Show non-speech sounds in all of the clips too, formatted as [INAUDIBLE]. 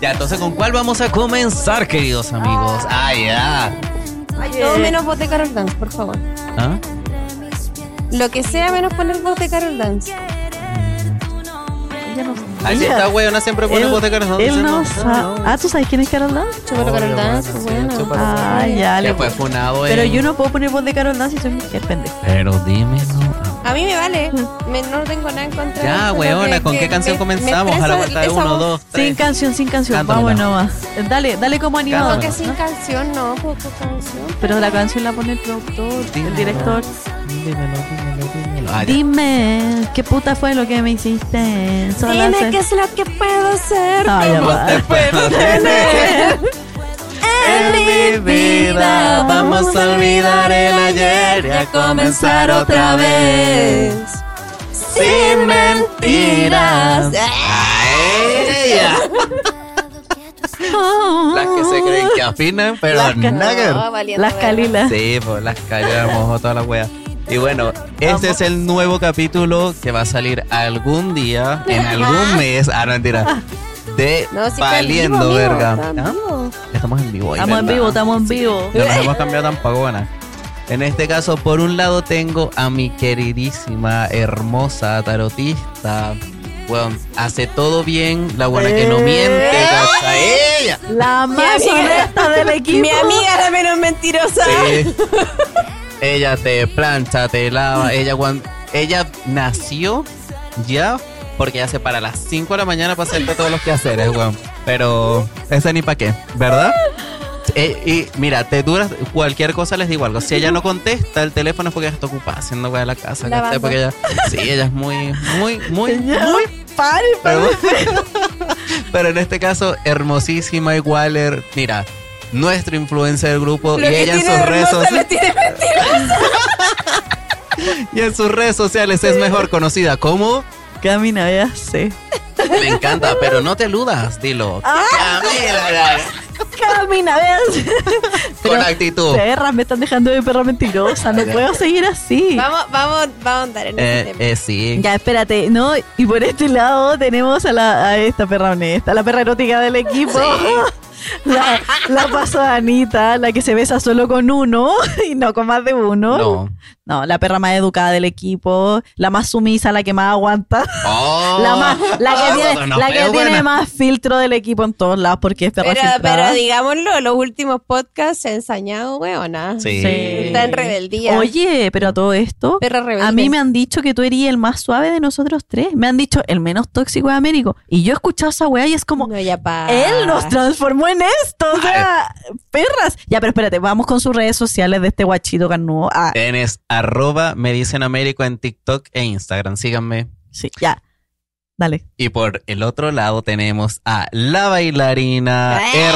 Entonces, ¿con cuál vamos a comenzar, queridos amigos? Ah, ya. Todo menos voz de Carol Dance, por favor. ¿Ah? Lo que sea menos poner voz de Carol Dance. Ahí Mira, está, weón, siempre pone Él- voz de corazón. Él no sabe. Ah, ¿tú sabes quién es Carol Dance? Chúpalo Carol Dance, bueno. Ah, ya. le- Ya pues, fue funado, Pero en- yo no puedo poner voz de Carol Dance si soy mujer, pendejo. Pero dímelo. A mí me vale. Me, no tengo nada en contra. Ya, Solo weona, que- ¿con que qué canción me- comenzamos? me A la expreso vuelta de esa uno, voz. dos, Sin tres. canción, sin canción. Cántamela. Vámonos más. Dale, dale como animador. No, que Cántamela. sin canción, no, pues con canción. Pero la canción la pone el productor, el director. Ah, ya. Dime, ¿qué puta fue lo que me hiciste? Solo Dime hacer- qué es lo que puedo hacer. Ah, ya va. En mi vida vamos a olvidar el ayer y a comenzar otra vez. Sin mentiras. [LAUGHS] Las que se creen que afinan, pero Las que- nada que ver. No, valiendo Las verga. Calilas. Sí, pues las callamos o toda la wea. Y bueno, este es el nuevo capítulo que va a salir algún día, en algún mes. Ah, no, mentira. De No, sí, está en vivo, Valiendo, amigo, verga. está en ¿Ah? vivo. Estamos en vivo. Estamos en ¿verdad? vivo, estamos en vivo. No nos hemos cambiado tan pagona. En este caso, por un lado tengo a mi queridísima, hermosa tarotista. Bueno, hace todo bien, la buena que no miente, ¿cachai? ella. La más amiga. honesta del equipo. Mi amiga la menos mentirosa. Sí. ella te plancha, te lava, ella cuan- ella nació ya porque hace para las 5 de la mañana para hacerte todos los quehaceres, weón. Pero ese ni pa' qué, ¿verdad? Eh, y mira, te duras cualquier cosa, les digo algo. Si ella no contesta el teléfono es porque ella está ocupada haciendo weá de la casa. ¿cachai? Lavando. Porque ella, sí, ella es muy, muy, muy, Muy pari, [LAUGHS] pero, [LAUGHS] pero en este caso, hermosísima igual, er- mira, nuestro influencer del grupo y Lo que ella en tiene sus redes hermosa sociales. lo tiene mentirosa. Y en sus redes sociales es mejor conocida como. Camina, ya sé. Me [LAUGHS] encanta, pero no te eludas, dilo. Camila, ya, ya. Camina, ya sé. Con actitud. Perra, me están dejando de perra mentirosa. No puedo seguir así. Vamos, vamos, vamos a andar en ese Eh, tema. eh, sí. Ya, espérate, ¿no? Y por este lado tenemos a, la, a esta perra honesta, la perra erótica del equipo. [LAUGHS] La, la paso a Anita, la que se besa solo con uno [LAUGHS] y no con más de uno. No. No, la perra más educada del equipo, la más sumisa, la que más aguanta. Oh. La, más, la que, tiene, No, la pero que tiene buena. más filtro del equipo en todos lados porque es perra Pero, filtrada. pero digámoslo, los últimos podcasts se han ensañado, weona. Sí. Está en rebeldía. Oye, pero a todo esto, Perra rebelde. a mí me han dicho que tú eres el más suave de nosotros tres. Me han dicho el menos tóxico de Américo. Y yo he escuchado esa weá y es como, No, ya pa. él nos transformó en esto. O sea, perras. Ya, pero espérate, vamos con sus redes sociales de este guachito carnudo. Ah, Tienes arroba, me dicen Américo en TikTok e Instagram. Síganme. sí, ya. Dale. Y por el otro lado tenemos a la bailarina ¡Eh!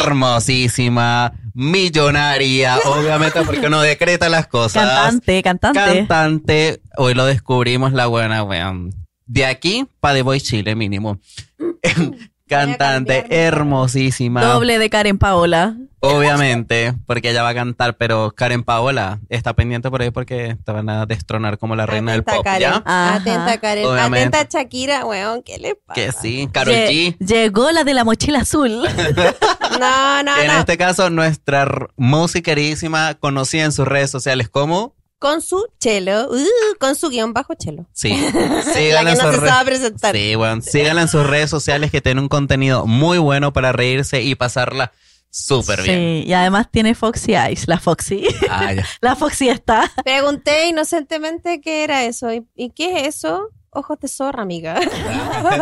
hermosísima, millonaria, obviamente porque uno decreta las cosas. Cantante, cantante. Cantante, hoy lo descubrimos la buena weón. De aquí para The Voice Chile mínimo. Voy [LAUGHS] Cantante a cambiarme. hermosísima, Doble de Karen Paola. obviamente, porque ella va a cantar, pero Karen Paola está pendiente por ahí porque te van a destronar como la reina del Atenta, pop, Karen. ¿ya? Ajá. Atenta, Karen. Obviamente. Atenta, Shakira, weón. ¿Qué le pasa? Que sí, Karol G. Lle- Llegó la de la mochila azul. No, no, En Ah, no. este caso, nuestra r- música queridísima, conocida en sus redes sociales como. Con su chelo. uh, con su guión bajo chelo. Sí. [LAUGHS] La Síganla que en no sus se redes. sabe presentar. Sí, weón. síganla en sus redes sociales que tiene un contenido muy bueno para reírse y pasarla súper bien. Sí, y además tiene Foxy Eyes, la Foxy. [LAUGHS] Ah, ya. La Foxy está. [LAUGHS] Pregunté inocentemente qué era eso. ¿Y, y qué es eso? Ojos de zorra, amiga.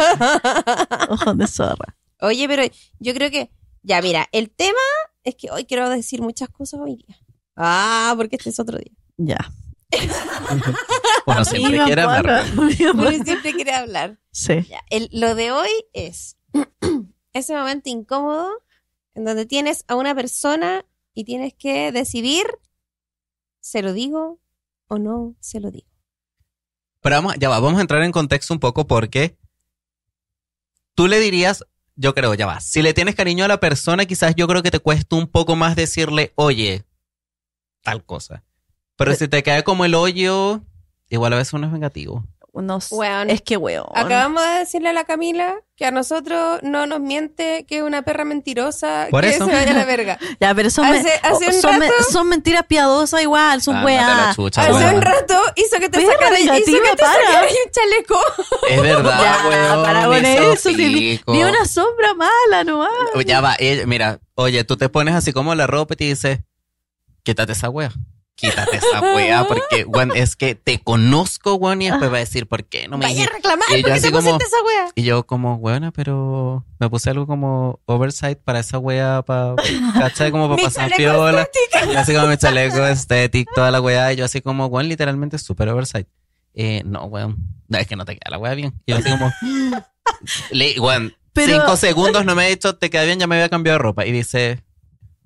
[LAUGHS] Ojos de zorra. Oye, pero yo creo que. Ya, mira, el tema es que hoy quiero decir muchas cosas hoy día. Ah, porque este es otro día. Ya. Uno [LAUGHS] siempre Mira, quiere hablar. porra. [LAUGHS] weón. Mira, porra. Uno siempre quiere hablar. Sí. Ya, el- lo de hoy es [CLEARS THROAT] ese momento incómodo en donde tienes a una persona y tienes que decidir, ¿se lo digo o no se lo digo? Pero vamos, ya va, vamos a entrar en contexto un poco porque tú le dirías, yo creo, ya va. Si le tienes cariño a la persona, quizás yo creo que te cuesta un poco más decirle, oye, Pues tal cosa. Pero si te cae como el hoyo, igual a veces uno es vengativo. no sé. Weón. Es que weón. Acabamos de decirle a la Camila que a nosotros no nos miente, que es una perra mentirosa, Por que eso. se vaya a la [LAUGHS] verga. Ya, pero son, Hace- me- hace un son, me- rato- son mentiras piadosas igual, son Ándate a Ah, la weas. chucha, Hace weón. un rato hizo que te Perra sacara hizo que te negativa, para. sacara un chaleco. Es verdad, [LAUGHS] Ya, weón. para con hizo eso, si vi, pico. vi una sombra mala nomás. Ya va, ella- mira, oye, tú te pones así como la ropa y te dices, quítate esa wea. Quítate esa wea, porque, weón, es que te conozco, weón, y después va a decir, ¿por qué no me Vaya a dijiste? reclamar y yo porque así te como- pusiste esa wea. Y yo como, weona, pero me puse algo como oversight para esa wea, para, ¿cachai? Como para Mi pasar chaleco piola. estético. Y Así como mi chaleco estético, toda la wea. Y yo así como, weón, literalmente super oversight. Eh, no, weón, no, es que no te queda la wea bien. Y yo así [LAUGHS] como, le, weón, Pero- cinco segundos no me he dicho, te queda bien, ya me había cambiado de ropa. Y dice,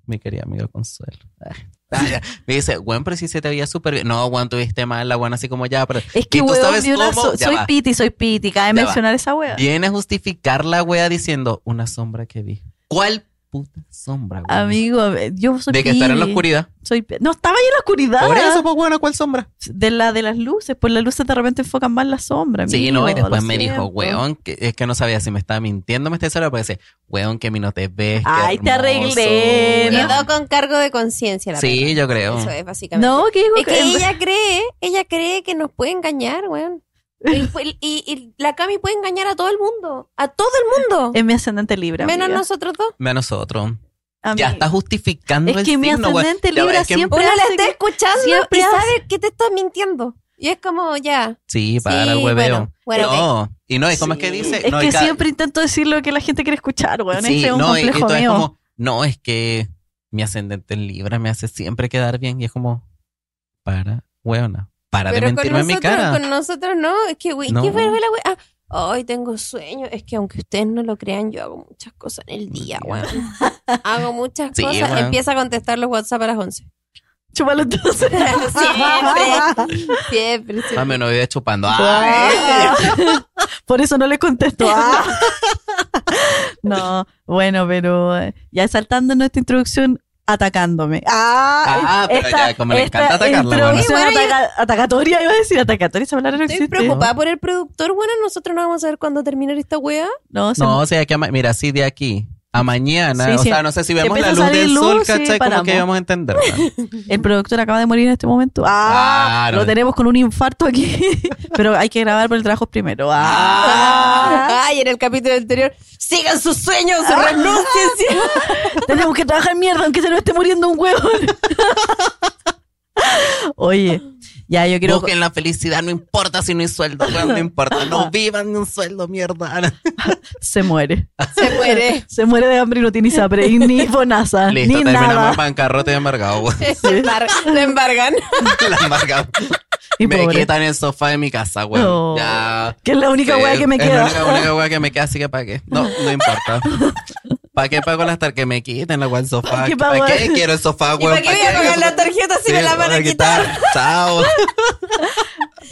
mi querida amiga Consuelo. Ay, ay, ya. Me dice, weón, pero si se te veía súper bien. No, weón, tuviste mal, la weón, así como ya, pero... Es ¿Y que tú weón, sabes vi una cómo? so- Ya soy va. piti, soy piti. Cabe Ya va. mencionar esa wea. Viene a justificar la wea diciendo una sombra que vi. ¿Cuál puta sombra, weón? Amigo, eh, yo soy De que estar en la piti, oscuridad. soy pi- no, estaba yo en la oscuridad. Por eso, pues, bueno, ¿cuál sombra? De la de las luces, pues las luces de repente enfocan más la sombra. Sí, amigo, no, y después lo me dijo, siento. weón, que, es que no sabía si me estaba mintiendo, me está diciendo, porque dice, weón, que mi no te ves. qué Ay, te hermoso, arreglé, weón". Quedó con cargo de conciencia la Sí, yo creo. perra. Eso es básicamente. No, que dijo Es que que- ella cree, ella cree que nos puede engañar, weón. Y, fu- y- y la Cami puede engañar a todo el mundo, a todo el mundo, es mi ascendente libre. menos amiga. nosotros dos. Ve a nosotros. Amiga. Ya está justificando Es el que mi signo, weón. ascendente Ya, Libra es que- siempre- Uno la hace está que- escuchando siempre y hace- sabe que te estás mintiendo. Y es como, ya. Sí, para Sí, el hueveo. bueno, bueno, no, y no, y cómo es que Sí. dice. Es no, y que cada- siempre intento decir lo que la gente quiere escuchar, weón. Sí, Ese es un no, y- y complejo todo es mío. como, no, es que mi ascendente en Libra me hace siempre quedar bien. Y es como, para, weona, para Pero de con mentirme en mi nosotros, cara. con nosotros no. Es que, güey, No. ¿qué fue la wea? Ah, Ay, tengo sueño. Es que aunque ustedes no lo crean, yo hago muchas cosas en el día, weón. Hago muchas Sí, cosas. weón. Empieza a contestar los WhatsApp a las [LAUGHS] 11. Chúpalo entonces. siempre, siempre, siempre. Mami, no vive chupando. Ay. Ah. [LAUGHS] Por eso no le contesto. Ah. [LAUGHS] No, bueno, pero eh, ya saltando nuestra introducción, atacándome. Ah, pero ya, como le encanta atacarla, bueno. introducción Sí, bueno, ataca- atacatoria, iba a decir atacatoria, esa palabra no Estoy existe. preocupada por el productor. Bueno, nosotros no vamos a ver cuándo terminar esta wea. No, se- No, o sea, que ama- mira, así de aquí a mañana, Sí, o sí. sea, no sé si vemos Empieza la a luz salir del luz, sol, sí, ¿cachai? como paramos. que vamos a entender. ¿no? el productor acaba de morir en este momento. [LAUGHS] Ah, Claro. Lo tenemos con un infarto aquí. [LAUGHS] pero hay que grabar por el trabajo primero. Ah. Ay, en el capítulo anterior. Sigan sus sueños, renuncien. [LAUGHS] Tenemos que trabajar mierda, aunque se nos esté muriendo un huevo. [LAUGHS] Oye, ya yo quiero. Busquen la felicidad, no importa si no hay sueldo, weón, [LAUGHS] no importa, no vivan de un sueldo, mierda. Se muere. [LAUGHS] Se muere. Se muere de hambre y no tiene ISAPRE, y [LAUGHS] ni FONASA, Listo, Ah, ni terminamos en nada. bancarrota y embargado, weón. [LAUGHS] [LAUGHS] Lo embargan. La embargado. Y me pobre. quitan el sofá de mi casa, weón. No. Ya. Que es la única Sí, hueá que me es queda. la única, única hueá que me queda, así que ¿para qué? No, no [LAUGHS] importa. ¿Para qué pago las tarjetas? Que me quiten la hueá del sofá. ¿Pa' ¿Para qué qué, pago? quiero el sofá, ¿Y weón? para qué voy a pagar la tarjeta si Sí, me la van a quitar? [LAUGHS] Chao.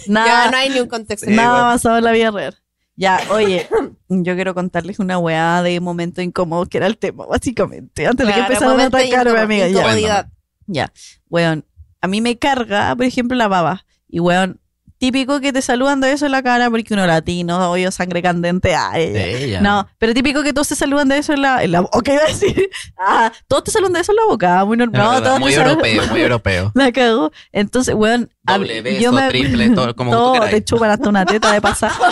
Nada, Ya, no hay ni un contexto. Ah. Sí, nada bueno. basado en la vida real. Ya, oye, yo quiero contarles una hueá de momento incómodo que era el tema, básicamente. Antes de que Claro, empezaran a momento de atacarme, incomo- amiga. Ya. incomodidad. weón, a mí me carga, por ejemplo, la baba. Y weón, típico que te saludan de eso en la cara porque uno latino, oye, sangre candente. Ay, Ella. No, pero típico que todos te saludan de eso en la, en la boca, [LAUGHS] iba a decir. Ah, todos te saludan de eso en la boca, ah, muy La normal. verdad, todos te muy saludan- europeo, muy europeo. [LAUGHS] La cagó. Entonces, weón, Doble hab- beso, triple, [LAUGHS] todo, como tú queráis. te chupan hasta una teta [LAUGHS] de pasar. [LAUGHS]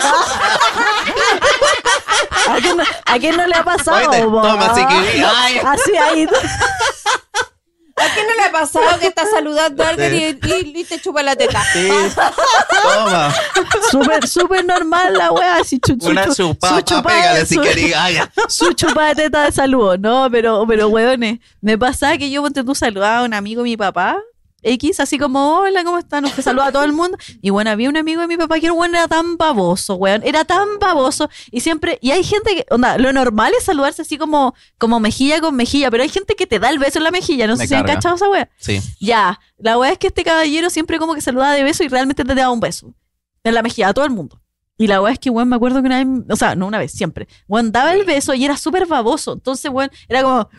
¿A quién, no, a quién no le ha pasado? Oíste, po? toma, [LAUGHS] chiquilín. Ay. Así ahí. ¿A quién no le ha pasado que está saludando [LAUGHS] a alguien y, y- y te chupa la teta? Ah, Sí. [LAUGHS] Toma. Súper, súper normal la wea. Así chu, chu, Una chu- chupada, su chupada, pégale si su- quería. Ay, ya. su chupa de teta de saludo, ¿no? Pero, pero weones, me pasaba que yo ponte tú saludaba a un amigo de mi papá, X, así como, hola, ¿cómo están? Nos saluda a todo el mundo. Y bueno, había un amigo de mi papá que el weón era tan baboso, weón, era tan baboso. Y siempre, y hay gente que, onda, lo normal es saludarse así como, como mejilla con mejilla, pero hay gente que te da el beso en la mejilla, no Me sé si han carga. cachado esa wea. Sí. Ya, la wea es que este caballero siempre como que saludaba de beso y realmente te daba un beso. En la mejilla, a todo el mundo. Y la wea es que, weón, me acuerdo que una vez, o sea, no una vez, siempre. Weón daba el beso y era súper baboso. Entonces, weón, era como.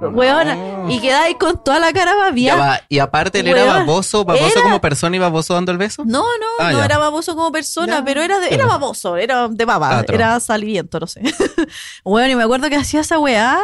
Weona, y quedáis con toda la cara Mm. Ya babiada. va, y aparte él era Weón, baboso, baboso era- como persona y baboso dando el beso. No, no, Ah, no ya. era baboso como persona, Ya. pero era, de- era Pero- baboso, era de baba, Ah, tro. era saliviento, no sé. [LAUGHS] bueno, y me acuerdo que hacía esa weá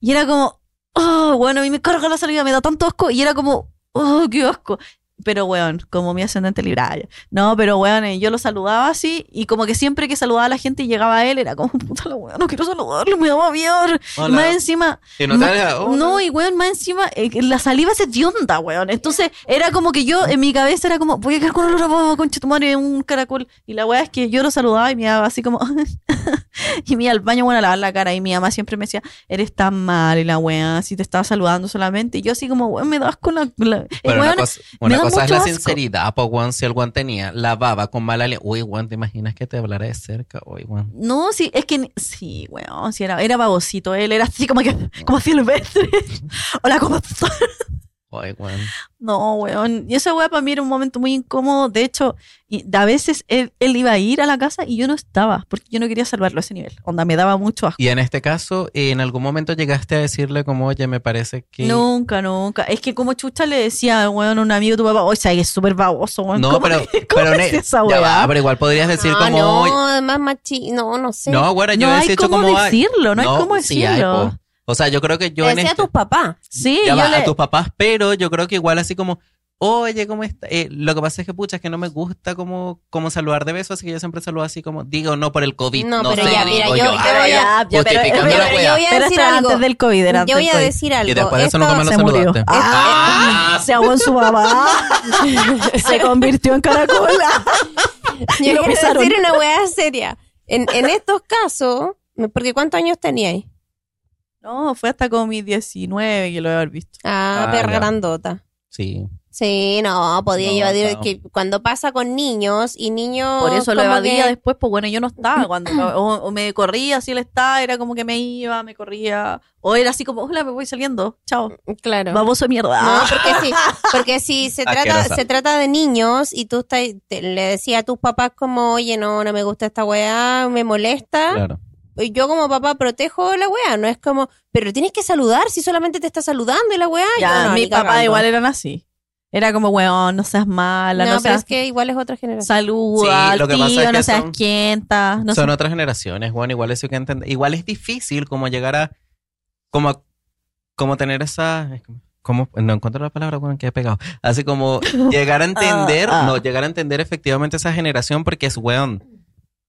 y era como, oh, bueno, a mí me carga la saliva, me da tanto asco y era como, oh, qué asco. Pero, weón, como mi ascendente librario. No, pero, weón, eh, yo lo saludaba así y como que siempre que saludaba a la gente y llegaba a él, era como, [LAUGHS] puta la weón, no quiero saludarlo, me va a babiar. Y Hola. Más encima, Y no te hagas, oh, no, y weón, más encima, eh, la saliva se onda, weón. Entonces, era como que yo, en mi cabeza era como, voy a quedar con olor a baba, con chetumare, un caracol. Y la weá es que yo lo saludaba y me daba así como, [LAUGHS] y me iba al baño, bueno, a lavar la cara. Y mi mamá siempre me decía, eres tan mal, y la weá, si te estaba saludando solamente. Y yo así como, weón, me das con la. la- el Pero una weón- cosa, me una da cosa es mucho la asco. sinceridad, po, Juan, si el Juan tenía la baba con mala lengua. Uy, Juan, ¿te imaginas que te hablara de cerca? Uy, Juan. No, sí, es que ni- sí, weón, sí, era, era babosito, él era así como que, como silvestre. [LAUGHS] Hola, ¿cómo estás? Uy, Juan. No, weón. Y esa weá para mí era un momento muy incómodo. De hecho, y a veces él, él iba a ir a la casa y yo no estaba, porque yo no quería salvarlo a ese nivel. Onda, me daba mucho asco. Y en este caso, ¿en algún momento llegaste a decirle como, oye, me parece que... Nunca, nunca. Es que como chucha le decía, weón, a un amigo de tu papá, o sea, es súper baboso, weón. No, ¿Cómo pero, le- cómo pero, le ne- decía esa ya va, weá? Ah, pero igual podrías decir no, como... no, más machi, no, no sé. No, bueno, yo no hubiese hay hecho cómo como... ay, decirlo, no, hay cómo sí hay, decirlo. po. o sea, yo creo que yo Le en decía este... a tus papás. sí, ya yo va, le- a tus papás, pero yo creo que igual así como, oye, ¿cómo está? Eh, lo que pasa es que, pucha, es que no me gusta como, como saludar de beso, así que yo siempre saludo así como, digo, no por el COVID. No, No, pero sé, ya, digo mira, yo- yo, yo ah, voy a- ya, ya, pero- justificando pero- la pero wea. yo voy a pero decir esto era algo. antes del COVID, era antes Yo voy a del COVID. decir algo. Y después de eso nunca me Esto- lo se murió. saludaste. Ah, [LAUGHS] se ahogó en su papá. se convirtió en [LAUGHS] caracola. [LAUGHS] Yo lo quiero pisaron. decir una weá seria. En, en estos casos, porque ¿cuántos años teníais? No, fue hasta como mis 19 que lo he visto. Ah, Ah, perra ya. grandota. Sí. Sí, no, podía No, llevar no. que cuando pasa con niños y niños Por eso lo como evadía que- después, pues bueno, yo no [CLEARS THROAT] estaba. cuando o, o me corría, así él estaba, era como que me iba, me corría. O era así como, hola, me voy saliendo, chao. claro. Baboso de mierda. Ah, No, [LAUGHS] porque sí, porque [LAUGHS] si se trata Asquerosa. se trata de niños y tú estás- te- le decías a tus papás como, "Oye, no, no me gusta esta weá, me molesta." Claro. Y Yo como papá protejo la weá, no es como, "Pero tienes que saludar si solamente te está saludando y la weá." ya, Yo no, mi ni papá cagando. igual eran así. Era como, weón, no seas mala, No, no, pero seas. es que igual es otra generación. Saluda, Sí, al lo que tío, pasa es no que seas son- quienta. No Son seas- otras generaciones, bueno, igual eso hay que entender. Igual es difícil como llegar a, como, a- como tener esa, es como- como, no encuentro la palabra con que he pegado. Así [LAUGHS] como llegar a entender, Ah, ah. no, llegar a entender efectivamente esa generación porque es weón.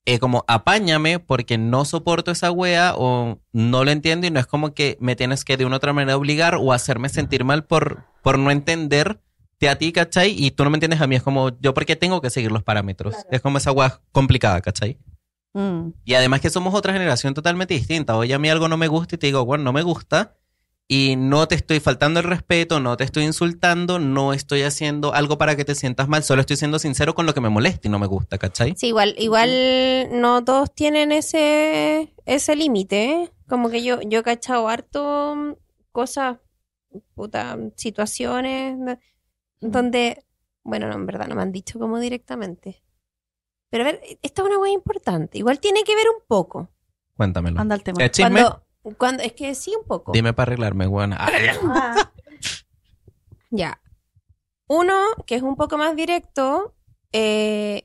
eh, como apáñame porque no soporto esa wea o no lo entiendo y no es como que me tienes que de una u otra manera obligar o hacerme sentir mal por, por no entender a ti, ¿cachai? Y tú no me entiendes a mí, es como yo porque tengo que seguir los parámetros. Es como esa wea complicada, ¿cachai? Mm. Y además que somos otra generación totalmente distinta. Hoy a mí algo no me gusta y te digo, bueno, no me gusta. Y no te estoy faltando el respeto, no te estoy insultando, no estoy haciendo algo para que te sientas mal, solo estoy siendo sincero con lo que me molesta y no me gusta, ¿cachai? Sí, igual, igual no todos tienen ese, ese límite. ¿eh? Como que yo, yo he cachado harto mm, cosas, puta, situaciones ¿no? donde, bueno, no, en verdad no me han dicho como directamente. Pero a ver, esta es una hueá importante. Igual tiene que ver un poco. Cuéntamelo. Anda el tema. ¿Es chisme? Cuando, cuando, es que sí, un poco. Dime para arreglarme, weón. Ah, Ya. Uno, que es un poco más directo, eh,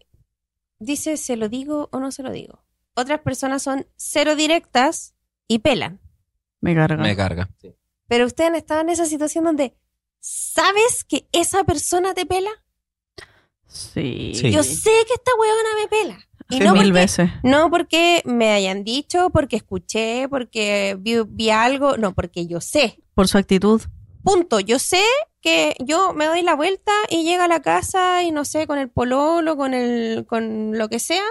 dice, ¿se lo digo o no se lo digo? Otras personas son cero directas y pelan. Me carga. me carga. Pero ustedes han estado en esa situación donde sabes que esa persona te pela. Sí. Sí. Yo sé que esta weona me pela. Y Sí, no, mil porque, veces. no porque me hayan dicho, porque escuché, porque vi, vi algo. No, porque yo sé. Por su actitud. punto. Yo sé que yo me doy la vuelta y llega a la casa y no sé, con el pololo, con el, con lo que sea.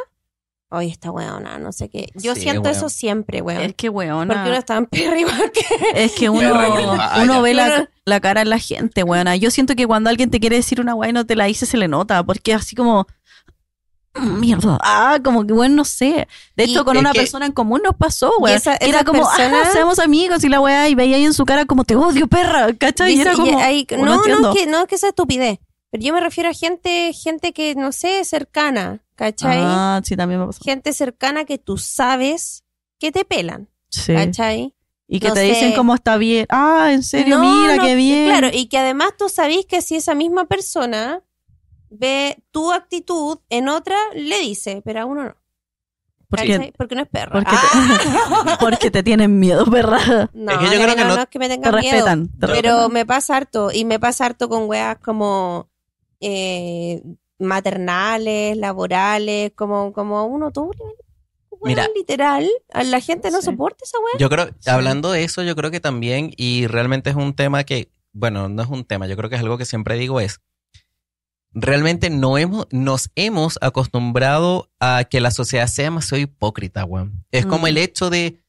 Oye, esta weona, no sé qué. Yo Sí, siento weón. eso siempre, Es weón. que, weón. Porque uno está en perri igual [LAUGHS] que- Es [LAUGHS] que Me uno, recuerda, ah, uno ya. ve Claro. la, la cara en la gente, weona. Yo siento que cuando alguien te quiere decir una weá y no te la dice, se le nota, porque así como. "Mm, Mierda, ah, como que bueno, no sé. De hecho, Y con es una que- persona en común nos pasó, weón. esa- Que Era esa como, persona- ah, seamos amigos y la weá, y veía ahí en su cara como, te odio, perra, ¿cachai? y Dice- era y como, ahí- "Oh, no, no no, entiendo. es que, no es que esa estupidez. Pero yo me refiero a gente, gente que, no sé, cercana, ¿cachai? Ah, sí, "Ah, también me pasó. Gente cercana que tú sabes que te pelan, Sí. ¿cachai? Y que No te sé. dicen cómo está bien. Ah, en serio, No, mira no, qué bien. Claro, y que además tú sabés que si esa misma persona ve tu actitud en otra, le dice, pero a uno no. ¿cachai? Porque, Porque no es perro. Ah, porque, te, [LAUGHS] porque te tienen [LAUGHS] miedo, perra. no, Es que yo no, creo que no, no- no es que me Te tengan miedo. respetan. te Yo- Pero respetan. me pasa harto, y me pasa harto con weas como eh, maternales, laborales, como, como uno tú, weón, Mira. literal, a la gente no Sí. soporta esa wea. Yo creo, Sí. hablando de eso, yo creo que también, y realmente es un tema que, bueno, no es un tema, yo creo que es algo que siempre digo es, realmente no hemos, nos hemos acostumbrado a que la sociedad sea demasiado hipócrita, weón. Es como Mm. el hecho de,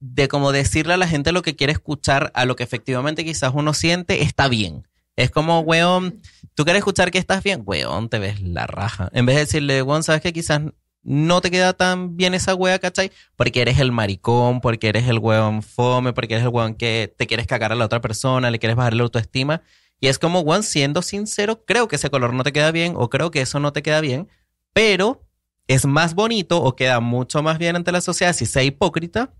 de como decirle a la gente lo que quiere escuchar, a lo que efectivamente quizás uno siente, está bien. Es como, weón, tú quieres escuchar que estás bien, weón, te ves la raja. En vez de decirle, weón, sabes que quizás no te queda tan bien esa wea, ¿cachai? Porque eres el maricón, porque eres el weón fome, porque eres el weón que te quieres cagar a la otra persona, le quieres bajar la autoestima. Y es como, weón, siendo sincero, creo que ese color no te queda bien o creo que eso no te queda bien, pero es más bonito o queda mucho más bien ante la sociedad si sea hipócrita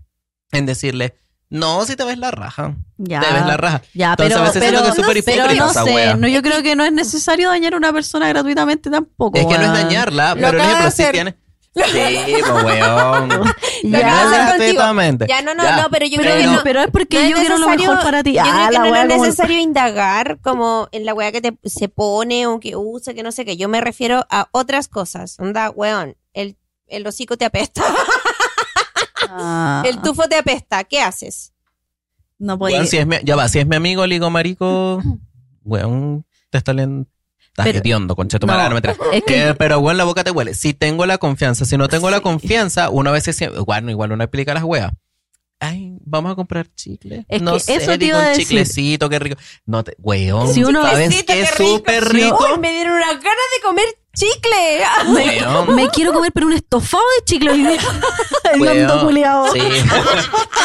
en decirle, no, si te ves la raja, ya, te ves la raja. ya, Entonces pero, a veces pero, siento que es no súper sé, pero hipócrita no esa sé, wea. no, yo creo que no es necesario dañar a una persona gratuitamente tampoco. Es que no es weón. dañarla, Lo pero por acaba de ejemplo, si hacer. tienes... [LAUGHS] Sí, pues, weón. [LAUGHS] Lo acaba de Ya, hacer contigo. Gratuitamente. Ya, no, no, Ya. no, pero yo creo pero, que Pero- no. pero es porque no es yo quiero lo necesario- mejor para ti. Yo Ah, creo que la no, wea no es como- necesario indagar como en la weá que te, se pone o que usa, que no sé qué. Yo me refiero a otras cosas. Onda, weón, el, el hocico te apesta, [LAUGHS] [LAUGHS] Ah, el tufo te apesta. ¿Qué haces? No Weón, podía. si es mi- ya va, si es mi amigo, le digo, [LAUGHS] marico, weón, te está oliendo. Estás Pero- hediondo, conche tu no, madre, no, mentira. es que- Eh, pero, weón, la boca te huele. Si tengo la confianza, si no tengo la Sí. confianza, una vez se Bueno, igual uno explica las weas. Ay, vamos a comprar chicle. Es no que sé, eso te digo, iba a un decir. chiclecito, qué rico. No te, weón, Si uno- ¿sabes Chiclecito, qué es qué rico. súper Si- rico? Ay, me dieron unas ganas de comer chicle. [LAUGHS] Weón. [LAUGHS] Me quiero comer, pero un estofado de chicle hoy [LAUGHS] día. Hediondo Weón, culiao. Sí. [LAUGHS]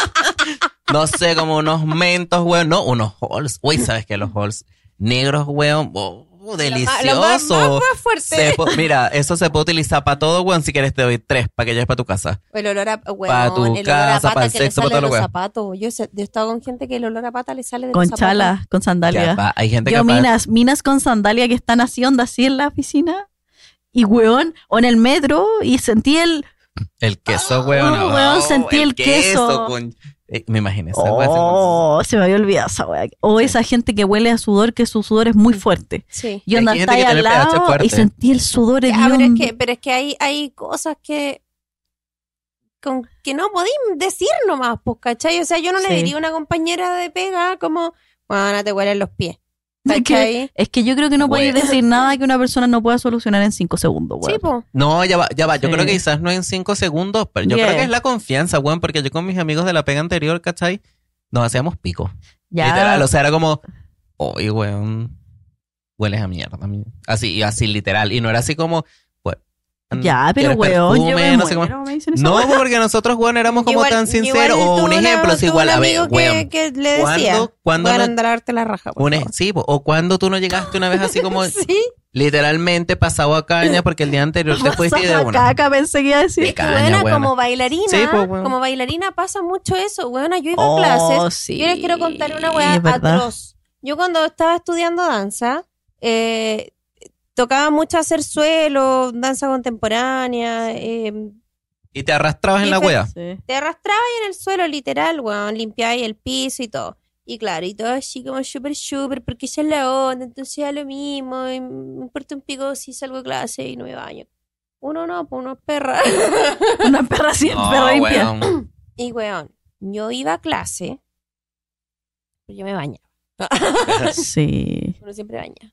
no sé, como unos mentos, weón. No, unos halls. Uy, ¿sabes qué? Los halls negros, weón. Oh, delicioso. Lo más, lo más- más fuerte. Se po- mira, eso se puede utilizar para todo, weón. Si quieres te doy tres para que lleves para tu casa. El olor a, weón, Pa' tu el olor a casa, pata pa'l que sexo, le pa' sale de todo lo los weón. zapatos. Yo, sé- yo he estado con gente que el olor a pata le sale de Con los zapatos. chala, con Ya, sandalia. pa, hay gente que Yo pa- minas, minas con sandalia que están así onda así en la oficina. Y weón, o en el metro, y sentí el. el queso, weón. Oh, weón, sentí el queso. con- eh, me imaginé esa weá, así como- Oh, se me había olvidado esa weá. O esa gente que huele a sudor, que su sudor es muy fuerte. Sí. Es Yo que andaba hay gente que al tiene pH lado fuerte. y sentí el sudor Ya, pero, es [LAUGHS] hediondo. que, pero es que hay, hay cosas que con que no podéis decir nomás, pues, ¿cachai? O sea, yo no Sí. le diría a una compañera de pega como, bueno, te huelen los pies. [LAUGHS] Es que- ¿Cachai? Es que yo creo que no podéis Bueno. decir nada que una persona no pueda solucionar en cinco segundos, Sí, weón. pues. No, ya va, ya va. Yo Sí. creo que quizás no en cinco segundos, pero yo Bien. creo que es la confianza, weón, porque yo con mis amigos de la pega anterior, ¿cachai? Nos hacíamos pico. ya. Literal, o sea, era como, oye, weón, hueles a mierda. mami". Así, y así literal. Y no era así como, "Weón, ya, pero ¿quieres weón, yo perfume?". me no, sé cómo. muero, me dicen esa No, weá. porque nosotros, weón, éramos como Igual- tan sinceros. igual O un tuve una- ejemplo, sí, tuve igual, un a ver, amigo weón. Que, que le decía, ¿Cuándo, cuándo bueno, no- anda a lavarte la raja, por un ej- favor". sí, po, o cuando tú no llegaste una vez así [LAUGHS] como Sí, literalmente pasado a caña porque el día anterior te fuiste [LAUGHS] y de Pasaba una. caca, pensé que iba a decir. De caña, buena, weón. como bailarina, Sí, pues, weón. como bailarina pasa mucho eso, weona, yo iba Oh, a clases sí. Yo les quiero contar una weá Es verdad. atroz. Yo cuando estaba estudiando danza, eh, tocaba mucho hacer suelo, danza contemporánea, eh, Y te arrastrabas en la Efe- [LAUGHS] wea. Sí. te arrastraba ahí en el suelo literal, weón, limpiaba ahí el piso y todo. Y claro, y todo así como súper, súper, porque esa es la onda, entonces ya lo mismo, y me importa un pico si salgo de clase y no me baño. Uno no, pues uno es perra. [LAUGHS] Una perra [LAUGHS] siempre No, perra limpia. weón. Y weón, yo iba a clase, pero yo me bañaba. Sí. Uno siempre baña.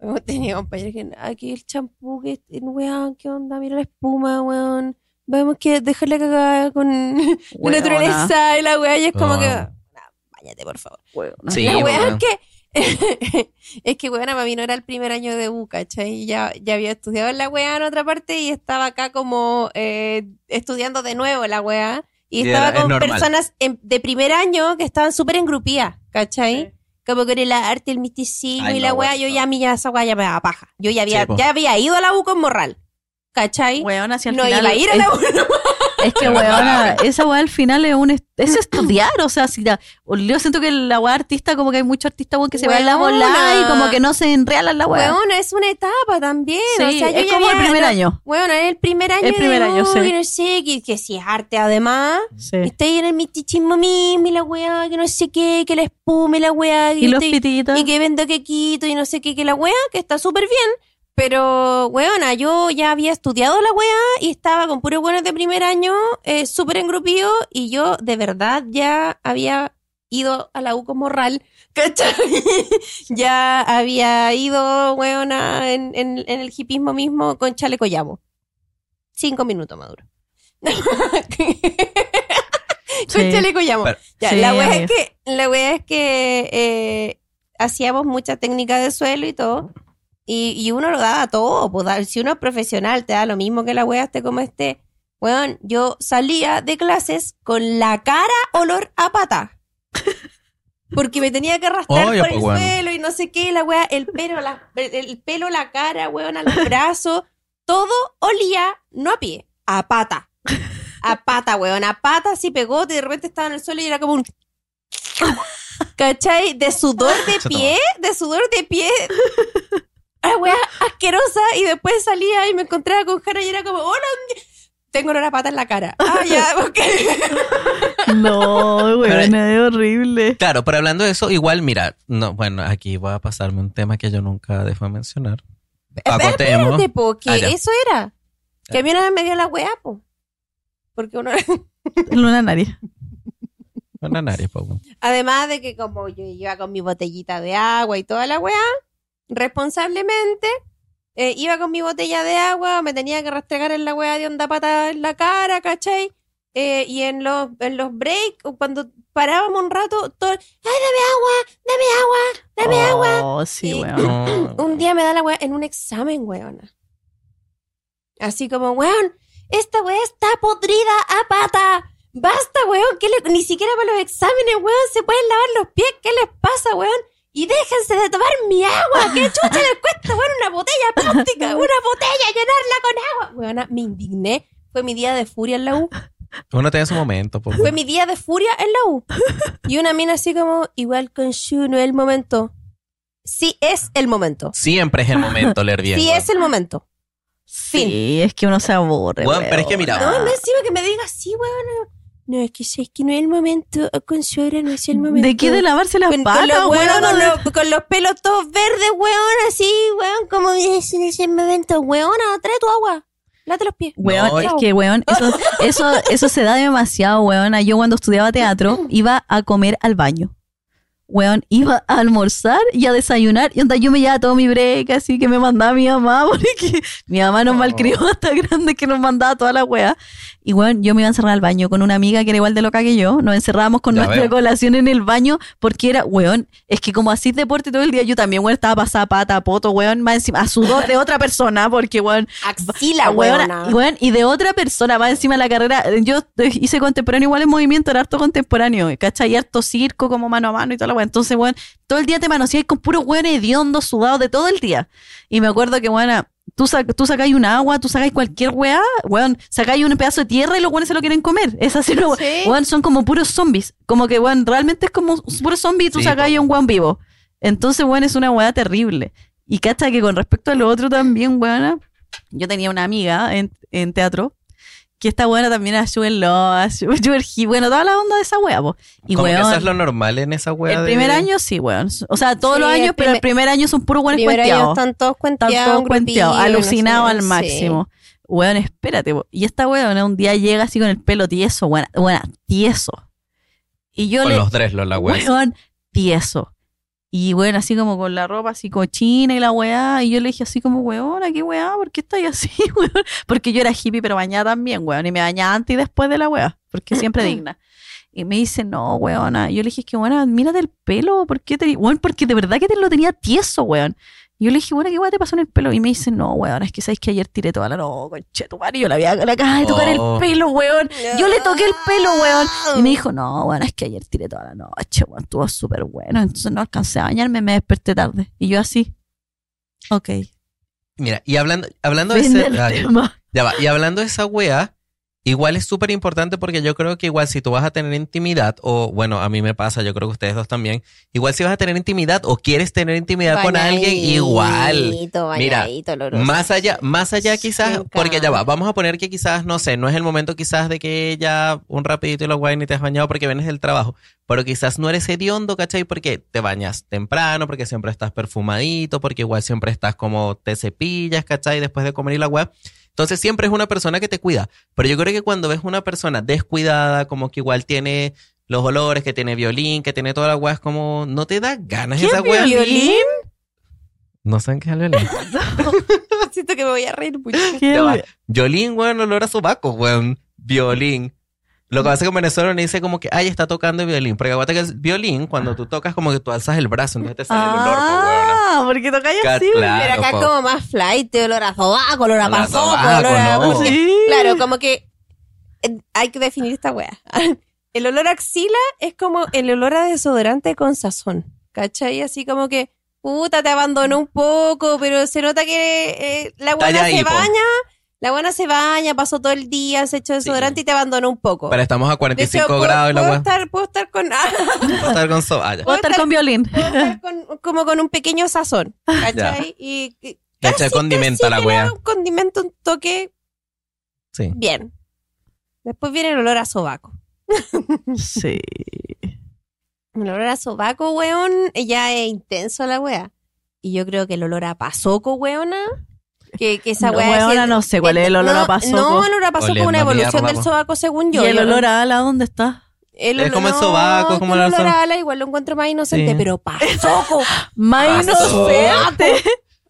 Hemos tenido compañeros que aquí el champú, que este- weón, qué onda, mira la espuma, weón. Vemos que dejarle cagada con [LAUGHS] la Weona. naturaleza y la weá, y es como que, Ah. "Nah, bañate, por favor. Sí, la weá weón. es que, [LAUGHS] es que weón, para mí no era el primer año de U, ¿cachai? Y Ya, ya había estudiado en la weá en otra parte y estaba acá como eh, estudiando de nuevo la weá. Y, Y estaba era- es con normal. personas en- de primer año que estaban súper engrupidas, ¿cachai? Como que era el arte, el misticismo Ay, y la no, weá, bueno, yo no. ya a mí ya esa weá ya me daba paja. Yo ya había, Sí, po. ya había ido a la U con morral. ¿Cachai? Weón, hacia el no final. iba a ir a es- la U. Es [LAUGHS] que, weona, esa weá al final es un est- es estudiar, o sea, si la- yo siento que la weá artista, como que hay mucho artista weón, que se va a la volada y Weona. como que no se enrealan la weá. Weona, es una etapa también. Sí, o sea, yo es ya como el había- primer año. Bueno, es el primer año. El primer de año, sí. "Uy, no sé, que, que si es arte además. Y Sí. Estoy en el mitichismo mismo y la weá, que no sé qué, que la espuma y la weá. que Y los estoy- pititos. y que vendo quequito y no sé qué, que la weá, que está súper bien. Pero, weona, yo ya había estudiado la weá y estaba con puros buenos de primer año, eh, súper engrupido, y yo de verdad ya había ido a la U con Morral, [LAUGHS] ¿cachai? ya había ido, weona, en, en- en el hipismo mismo con chaleco llamo. Cinco minutos, Maduro. [LAUGHS] [LAUGHS] con Sí. chaleco llamo. Pero- Ya, Sí, la wea amiga. es que, la wea es que eh, hacíamos mucha técnica de suelo y todo. Y, y uno lo daba todo. pues, da- si uno es profesional, te da lo mismo que la wea esté como esté. Weón, yo salía de clases con la cara olor a [LAUGHS] pata. Porque me tenía que arrastrar Oye, por pues, el weón. suelo y no sé qué, la wea, el pelo, la- el, el pelo, la cara, weón, al brazo. Todo olía, no a pie, a pata. A pata, weón, a pata, así pegote, y de repente estaba en el suelo y era como un... ¿Cachai? De sudor de Chuta, pie, de sudor de pie. Ah, weá, asquerosa. Y después salía y me encontraba con Jara y era como, hola, mi- tengo una pata en [LAUGHS] la cara. Ah, ya, ok. [LAUGHS] No, weona, es horrible. Claro, pero hablando de eso, igual, mira, no, bueno, aquí voy a pasarme un tema que yo nunca dejo de mencionar. Eh, Acotemos. Espérate, po, que Ah, ya. eso era. Que a mí una vez me dio la weá, po. Porque uno, Luna nariz. Bueno, nariz, po, [LAUGHS] weón. además de que como yo iba con mi botellita de agua y toda la weá, responsablemente, eh, iba con mi botella de agua, me tenía que rastregar en la weá de onda pata en la cara, ¿cachai? Eh, y en los, en los breaks, cuando parábamos un rato, todo, ¡ay, dame agua! ¡Dame agua! ¡Dame agua! Oh, sí, Y- weona. No, Un día me da la weá en un examen, weona. Así como, weón, esta weá está podrida a pata. Basta, weón, que ni siquiera para los exámenes, weón, se pueden lavar los pies. ¿Qué les pasa, weón? Y déjense de tomar mi agua. ¿Qué chucha les cuesta, weón? Una botella plástica, una botella, llenarla con agua. Weona, me indigné. Fue mi día de furia en la U. Uno tiene su momento, po, Fue weón. mi día de furia en la U. Y una mina así como, igual con Shu, no es el momento. Sí es el momento. Siempre es el momento leer bien. Sí weón. es el momento. Sí, es que uno se aburre. Weón, pero es que mira- No, no encima que me diga sí, weón. No, es que sé es que no es el momento. oh, Consuelo, no es el momento. ¿De qué de lavarse las con, con patas, los, weón, weona? con, los, con los pelos todos verdes, weón, así, weón, como es, no es el momento, weona, trae tu agua, late los pies. Weón, No, es que weón, eso, eso, eso se da demasiado, weón. Ah, Yo cuando estudiaba teatro iba a comer al baño. Weón, iba a almorzar y a desayunar. Y onda, yo me llevaba todo mi break, así que me mandaba mi mamá, [LAUGHS] porque mi mamá nos Oh. malcrió [LAUGHS] hasta grande que nos mandaba toda la wea. Y weón, yo me iba a encerrar al baño con una amiga que era igual de loca que yo. Nos encerrábamos con Ya nuestra veo. colación en el baño porque era, weón, es que como así deporte todo el día, yo también, weón, estaba pasada pata, a poto, weón, más encima, a sudor de otra persona, porque, weón, Axila, Weona, weón, y de otra persona más encima de la carrera. Yo eh, hice contemporáneo igual en movimiento, era harto contemporáneo, ¿cachai? Y harto circo como mano a mano y toda la weón. Entonces, weón, todo el día te manoseáis con puros weón hediondos, sudados de todo el día. Y me acuerdo que, weón, tú, sac- tú sacáis un agua, tú sacáis cualquier weá, weón, sacáis un pedazo de tierra y los weones se lo quieren comer. Es así, lo- Sí. weón, son como puros zombies. Como que, weón, realmente es como puros zombies y tú Sí, sacáis po. un weón vivo. Entonces, weón, es una weá terrible. Y cacha que con respecto a lo otro también, weona, yo tenía una amiga en, en teatro que esta buena también a Sugar [LAUGHS] Love, a Sugar He- bueno, toda la onda de esa wea, po. Y Como que eso weón, es lo normal en esa wea. de- el primer año sí, weón. O sea, todos Sí, los el años, pero el primer- primer año son puros buenos Primero ellos cuenteados. están todos cuenteados, Están todos un grupillo, cuenteados, no sé, alucinados al sí. máximo. Weón, espérate, po. Y esta weón un día llega así con el pelo tieso, weón, weón, tieso. Y yo Con le, los tres, la wea. Weón, tieso. Y bueno, así como con la ropa así cochina y la weá. Y yo le dije así como, weona, qué weá, ¿por qué estáis así, [LAUGHS] weón? Porque yo era hippie, pero bañada también, weón. Y me bañaba antes y después de la weá, porque siempre [CLEARS THROAT] digna. Y me dice, no, weona. Y yo le dije, es que weona, mírate el pelo, ¿por qué te.? Weón, porque de verdad que te lo tenía tieso, weón. Y yo le dije, bueno, ¿qué weá te pasó en el pelo? Y me dice, no, weona, es que sabes que ayer tiré toda la. No, conche, tu madre, yo la había la cara de tocar Oh. el pelo, weón. Yo le toqué el pelo, weón. Y me dijo, no, bueno, es que ayer tiré toda la noche, weón, estuvo súper bueno. Entonces no alcancé a bañarme, me desperté tarde. Y yo así. Ok. Mira, y hablando, hablando de Fin ese. [LAUGHS] del ay, tema. ya va. Y hablando de esa wea, Igual es súper importante porque yo creo que igual si tú vas a tener intimidad, o bueno, a mí me pasa, yo creo que ustedes dos también, igual si vas a tener intimidad o quieres tener intimidad con alguien, igual. Mira, Más allá, más allá quizás, Nunca. porque ya va, vamos a poner que quizás, no sé, no es el momento quizás de que ya un rapidito y lo guay ni te has bañado porque vienes del trabajo, pero quizás no eres hediondo, ¿cachai? Porque te bañas temprano, porque siempre estás perfumadito, porque igual siempre estás como te cepillas, ¿cachai? Después de comer y la guay. Entonces siempre es una persona que te cuida, pero yo creo que cuando ves una persona descuidada, como que igual tiene los olores, que tiene violín, que tiene toda la guay, es como, no te da ganas ¿Qué esa guay. violín? No saben qué es el violín. Siento que me voy a reír mucho. ¿Qué Ya va. vi- Violín, weón, olor a sobaco, weón. Violín. Lo que pasa es que en Venezuela uno dice como que, ay, está tocando violín. Porque aguanta que el violín, cuando tú tocas, como que tú alzas el brazo, entonces te sale el olor, pues, weona. Ah, porque tocáis Ca- así. claro, pues. Pero acá po. es como más flight, olor a sobaco, olor a Olor a pasoco, sobaco, olor a... no. porque- Sí. Claro, como que eh, hay que definir esta wea. [LAUGHS] El olor a axila es como el olor a desodorante con sazón. ¿Cachai? Así como que, puta, te abandonó un poco, pero se nota que eh, la Está buena ya se ahí, po. baña, la buena se baña, pasó todo el día, se echó desodorante y te abandonó un poco. Pero estamos a De hecho, 45 puedo- grados y la puedo weón estar, puedo estar con... [LAUGHS] ah, va a estar con ah, sobaya. Voy a estar con violín. puedo estar con- como con un [LAUGHS] pequeño sazón, ¿cachai? Y, y Le eché casi, condimento casi a la que le wea. da un condimento, un toque Sí. bien. Después viene el olor a sobaco. Sí. El olor a sobaco, weón, ya es intenso la wea. Y yo creo que el olor a pasoco, weona, que, que esa [LAUGHS] No, wea... es weona, el- no sé cuál es el olor a pasoco. No, el olor a pasoco es Oliendo una a evolución mierda, del po. sobaco, según ¿Y yo. el yo- olor a ala dónde está? el Es olor- como el sobaco, no, como el el olor olor- a ala, igual lo encuentro más inocente, Sí. pero pasoco, [LAUGHS] Ah, Más Pasó. inocente.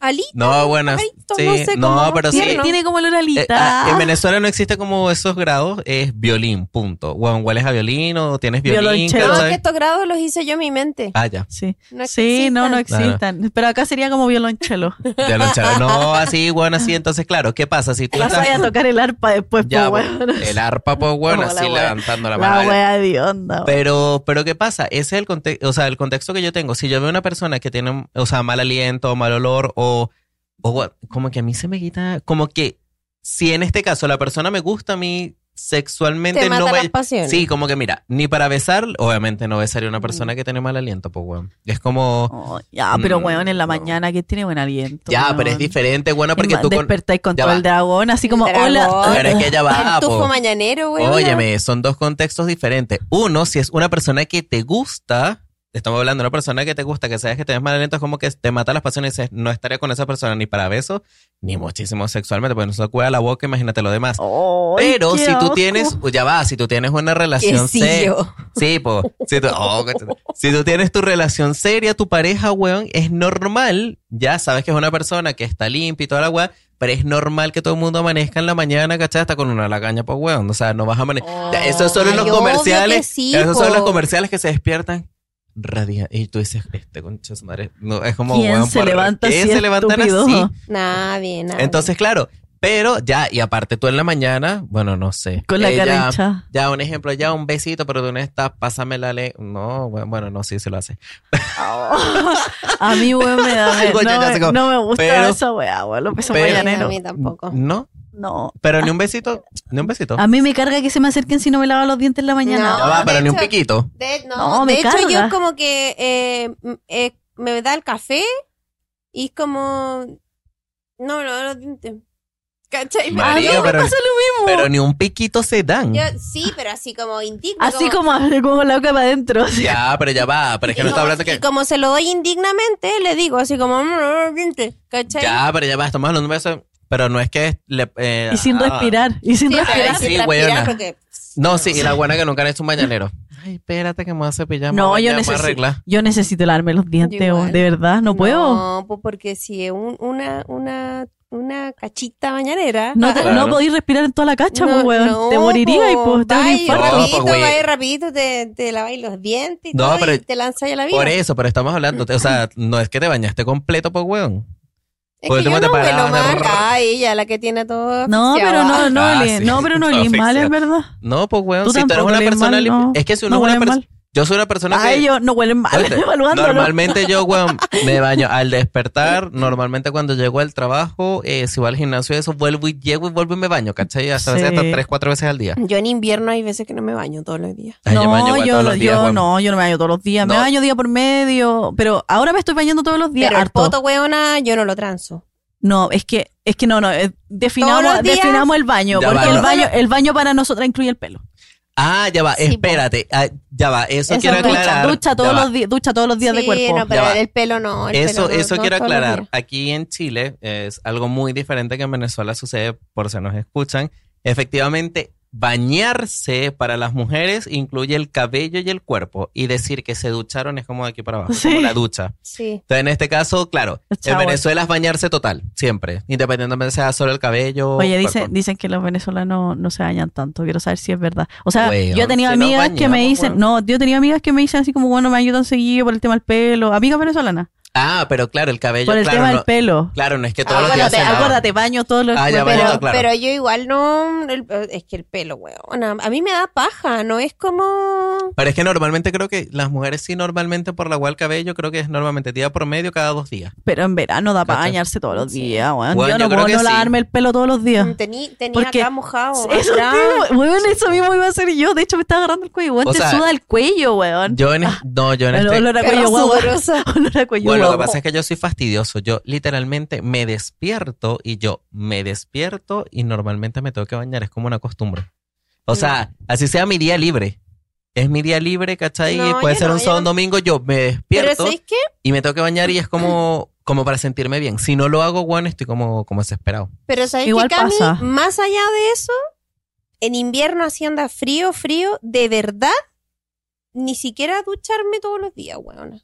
alí, No, buenas. Alito, Sí, no sé no, cómo pero sí. tierno. Tiene, tiene como olor a Eh, ah, en alita. Venezuela no existe como esos grados, es violín, punto. Weón, hueles a violín o tienes violín, No, Violonchelo. es que ¿cachai? estos grados los hice yo en mi mente. Ah, ya. Sí. No sí, no, no existan. Claro. existan. Pero acá sería como violonchelo. Violonchelo. No, así, weón, así. Entonces, claro, ¿qué pasa? Si tú Vas estás a tocar el arpa después, Ya, po, bueno, pues, weón. el arpa, pues, bueno, Como la así wea. levantando la La mano. wea de onda. Pero, pero ¿qué pasa? Ese es el contexto, o sea, el contexto que yo tengo. Si yo veo una persona que tiene, o sea, mal aliento, o mal olor, o, o gua- como que a mí se me quita, como que si en este caso la persona me gusta a mí sexualmente, Te mata no las me... pasiones. Sí, como que mira, ni para besar, obviamente no besaría a una persona Mm. que tiene mal aliento, pues, weón. Es como, Oh, ya, pero Mm, weón, en la no. mañana, que tiene buen aliento? ya, pero es weón? diferente, bueno, porque Porque tú con... despertáis con ya todo va. el dragón, así como, El dragón. hola. Pero es que ya va, [LAUGHS] El tufo po. mañanero, weón. Óyeme, son dos contextos diferentes. Uno, si es una persona que te gusta, estamos hablando de una persona que te gusta, que sabes que te ves mal aliento, es como que te mata las pasiones y dices, no estaré con esa persona ni para besos, ni muchísimo sexualmente, porque no se cuida la boca, imagínate lo demás. Ay, Pero qué si tú asco. tienes, ya va, si tú tienes una relación seria. Quesillo. Sí, po. Si tú, [LAUGHS] oh, que- si tú tienes tu relación seria, tu pareja, weón, es normal. Ya sabes que es una persona que está limpia y toda la weá, pero es normal que todo el mundo amanezca en la mañana, ¿cachai? Hasta con una lagaña, pues, weón. O sea, no vas a amanecer. Ya, Esos son Ay, los obvio que comerciales. sí, esos po. son los comerciales que se despiertan radiantes. Y tú dices, este concha de su madre. No, es como, ¿Quién weón, se por- levanta ¿quién así, se levantan estúpido? así? Nadie, nadie. Entonces, claro. Pero ya, y aparte tú en la mañana, bueno, no sé. Con la Ella- [LAUGHS] cara hinchada. Ya, un ejemplo, ya un besito, pero tú no estás, pásame la ley. No, bueno, bueno, no, sí se lo hace. A mí, weón, me da. Algo ya- no, ya me- sé cómo. no me gusta Pero- esa weá, weón. Los besos pero- Ay, mañaneros. a mí tampoco. No, No. pero ni un besito, ni un besito. A mí me carga que se me acerquen si no me lavo los dientes en la mañana. Ya va, no, pero de ni un hecho- piquito. De, no, No, de me hecho carga. yo como que eh, m- eh, me da el café y es como... No, no, no, dientes. ¿Cachai? Me- María, no, pero, pasa lo mismo. pero ni un piquito se dan. yo- sí, pero así como indigno. Así como, como la boca para adentro. así. Ya, pero ya va, pero es que y no está como- hablando Y que... como se lo doy indignamente, le digo así como... "Mm, no, no, dientes", ¿Cachai? Ya, pero ya va, estamos hablando de eso, pero no es que... Le, eh, Y sin ah. respirar. Y sin Sí, pero respirar. ahí sí Sí, transpirar weona. porque- No, sí, y la buena que nunca han hecho un bañanero. Ay, espérate que me voy a cepillar, me No, voy a yo bañar, me voy a necesito- arreglar. Yo necesito lavarme los dientes, Yo igual. weón, de verdad, no puedo. No, pues porque si es un- una, una, una cachita mañanera. No, te- Claro. no podís respirar en toda la cacha, pues, weón. no, te moriría y pues te da un vais infarto. No, rapidito, pues, güey. vais rapidito, te, te laváis los dientes y, No, todo, pero- y te lanzáis a la vida. Por eso, pero estamos hablando, o sea, no es que te bañaste completo, pues, weón. es por que el yo tema te no huelo parabas de mal. rrr. Ah, ella, la que tiene todo No, asfixiado. pero no, no, Ah, olí- sí. no, pero no Está olí mal, asfixiado. es verdad. No, pues, weón, Tú si tú eres tampoco una olés persona mal, limpia- no. Es que si uno No es una hueles persona... mal. Yo soy una persona que... Ay, yo no huelen mal, Oíste, [LAUGHS] evaluándolo. Normalmente yo, [LAUGHS] weón, me baño al despertar. Normalmente cuando llego al trabajo, eh, si voy al gimnasio, eso vuelvo y llego y vuelvo y me baño, ¿cachai? Hasta, a veces Sí. hasta tres, cuatro veces al día. Yo en invierno hay veces que no me baño todos los días. Ay, yo me baño No, igual yo, todos no- los días, yo weón. no, yo no me baño todos los días. Me No. baño día por medio. Pero ahora me estoy bañando todos los días. Pero el harto. poto, weona, yo no lo transo. No, es que, es que no, no. eh, Todos Definamos, los días. definamos el baño. Ya porque va, el no. baño, el baño para nosotras incluye el pelo. Ah, ya va, Sí, po. espérate. Ah, ya va, eso, Eso quiero ducha, aclarar. ducha, Ya todos va. los días, ducha todos los días de Sí, cuerpo. no, pero Ya va. el pelo no. el Eso, pelo no, eso no quiero todos los aclarar. días. Aquí en Chile es algo muy diferente que en Venezuela sucede, por si nos escuchan. Efectivamente, bañarse para las mujeres incluye el cabello y el cuerpo. Y decir que se ducharon es como de aquí para abajo, Sí. como la ducha. Sí. Entonces, en este caso, claro, El en shower. Venezuela es bañarse total, siempre, independientemente sea solo el cabello. o Oye, el dicen, cuerpo. dicen que los venezolanos no se bañan tanto. Quiero saber si es verdad. O sea, Weón, yo he tenido si nos amigas que me bañamos, dicen, weón. no, yo he tenido amigas que me dicen así como, bueno, me ayudan seguido por el tema del pelo. Amigas venezolanas. Ah, pero claro, el cabello, por el claro, tema no, del pelo. claro, no es que todos los días acuérdate, se lava. acuérdate, baño todos los Ah, ya, pero- baño Pero, todo, claro. pero yo igual no. el- es que el pelo, weona. A mí me da paja, no es como. Pero es que normalmente creo que las mujeres sí normalmente por la agua al cabello creo que es normalmente día promedio cada dos días. Pero en verano da para ¿Cachai? bañarse todos los Sí. días, weón. Weón, Yo no yo creo puedo que no sí. lavarme el pelo todos los días. Tení, tenía Porque- acá mojado. Eso, atrás. te- weón, eso mismo iba a ser yo. De hecho, me estaba agarrando el cuello. Weón, O te sea, suda el cuello, weón. Yo Ah. en es- no, yo en el este olor a Perra cuello guagua. sudorosa. [LAUGHS] Olor a cuello Bueno, lo que guagua. pasa es que yo soy fastidioso. Yo literalmente me despierto y yo me despierto y normalmente me tengo que bañar. Es como una costumbre. O sea, Mm. así sea mi día libre. Es mi día libre, ¿cachai? No, Puede yo ser no, un yo sábado, un no. domingo, yo me Pero despierto ¿sabes qué? y me tengo que bañar y es [CLEARS THROAT] como, como para sentirme bien. Si no lo hago, bueno, estoy como, como desesperado. Pero ¿sabes Igual qué, Cami? pasa. Más allá de eso, en invierno así anda frío, frío, de verdad, ni siquiera ducharme todos los días, weona.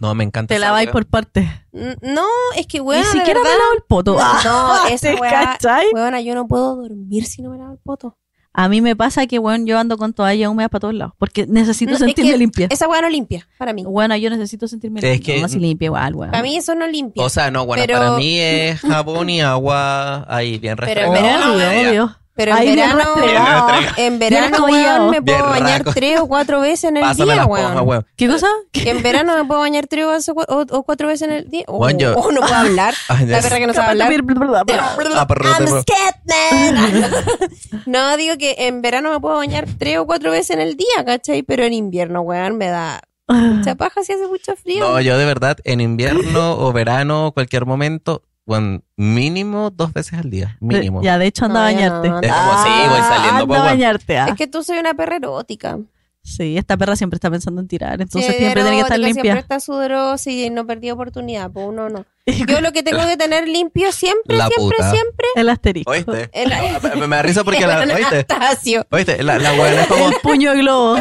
No, me encanta. Te esa laváis wea. por partes. N- No, es que weona, Ni de siquiera me verdad, lavo el poto. Ah, No, esa [LAUGHS] ¿te weá- cachai? weona, yo no puedo dormir si no me lavo el poto. A mí me pasa que, weón, yo ando con toalla húmeda para todos lados. Porque necesito No, es sentirme que- limpia. Esa weá no limpia, para mí. Bueno, yo necesito sentirme Es limpia. que- No, si limpia igual, weón. Para mí eso no limpia. O sea, no, bueno, Pero- para [LAUGHS] mí es jabón y agua ahí, bien Pero restregado. en verano, Oh, Ya, ya. obvio, obvio. pero en ahí bien verano, rastreado. Bien en verano, Bien weón, me puedo Bien bañar raco. tres o cuatro veces en el Pásame día, la weón. esponja, weón. [LAUGHS] ¿Qué cosa? Que en verano me puedo bañar tres o cua- o, o cuatro veces en el día. Oh, Weón, yo- oh, no puedo hablar. Ay, La ya perra sé. que no sabe hablar. Ah, perro, I'm perro. Scatman. [LAUGHS] no, digo que en verano me puedo bañar tres o cuatro veces en el día, ¿cachai? Pero en invierno, weón, me da mucha paja si hace mucho frío. No, yo de verdad, en invierno o verano, cualquier momento, bueno, mínimo dos veces al día. Mínimo. Ya, de hecho, anda a No, ya no, anda. bañarte. Es como, sí, voy saliendo, Anda pues, a weón. bañarte. ah. Es que tú soy una perra erótica. Sí, esta perra siempre está pensando en tirar. Entonces Sí, siempre tiene que estar erótica, limpia. [LAUGHS] Siempre está sudorosa y no perdí oportunidad, pues uno no. Yo lo que tengo que tener limpio siempre, La siempre, puta. siempre. El asterisco. ¿Oíste? El, Me, me da risa porque el [LAUGHS] la. ¿Oíste? Anastasio. ¿Oíste? La, la buena es como. El puño de [LAUGHS] globo.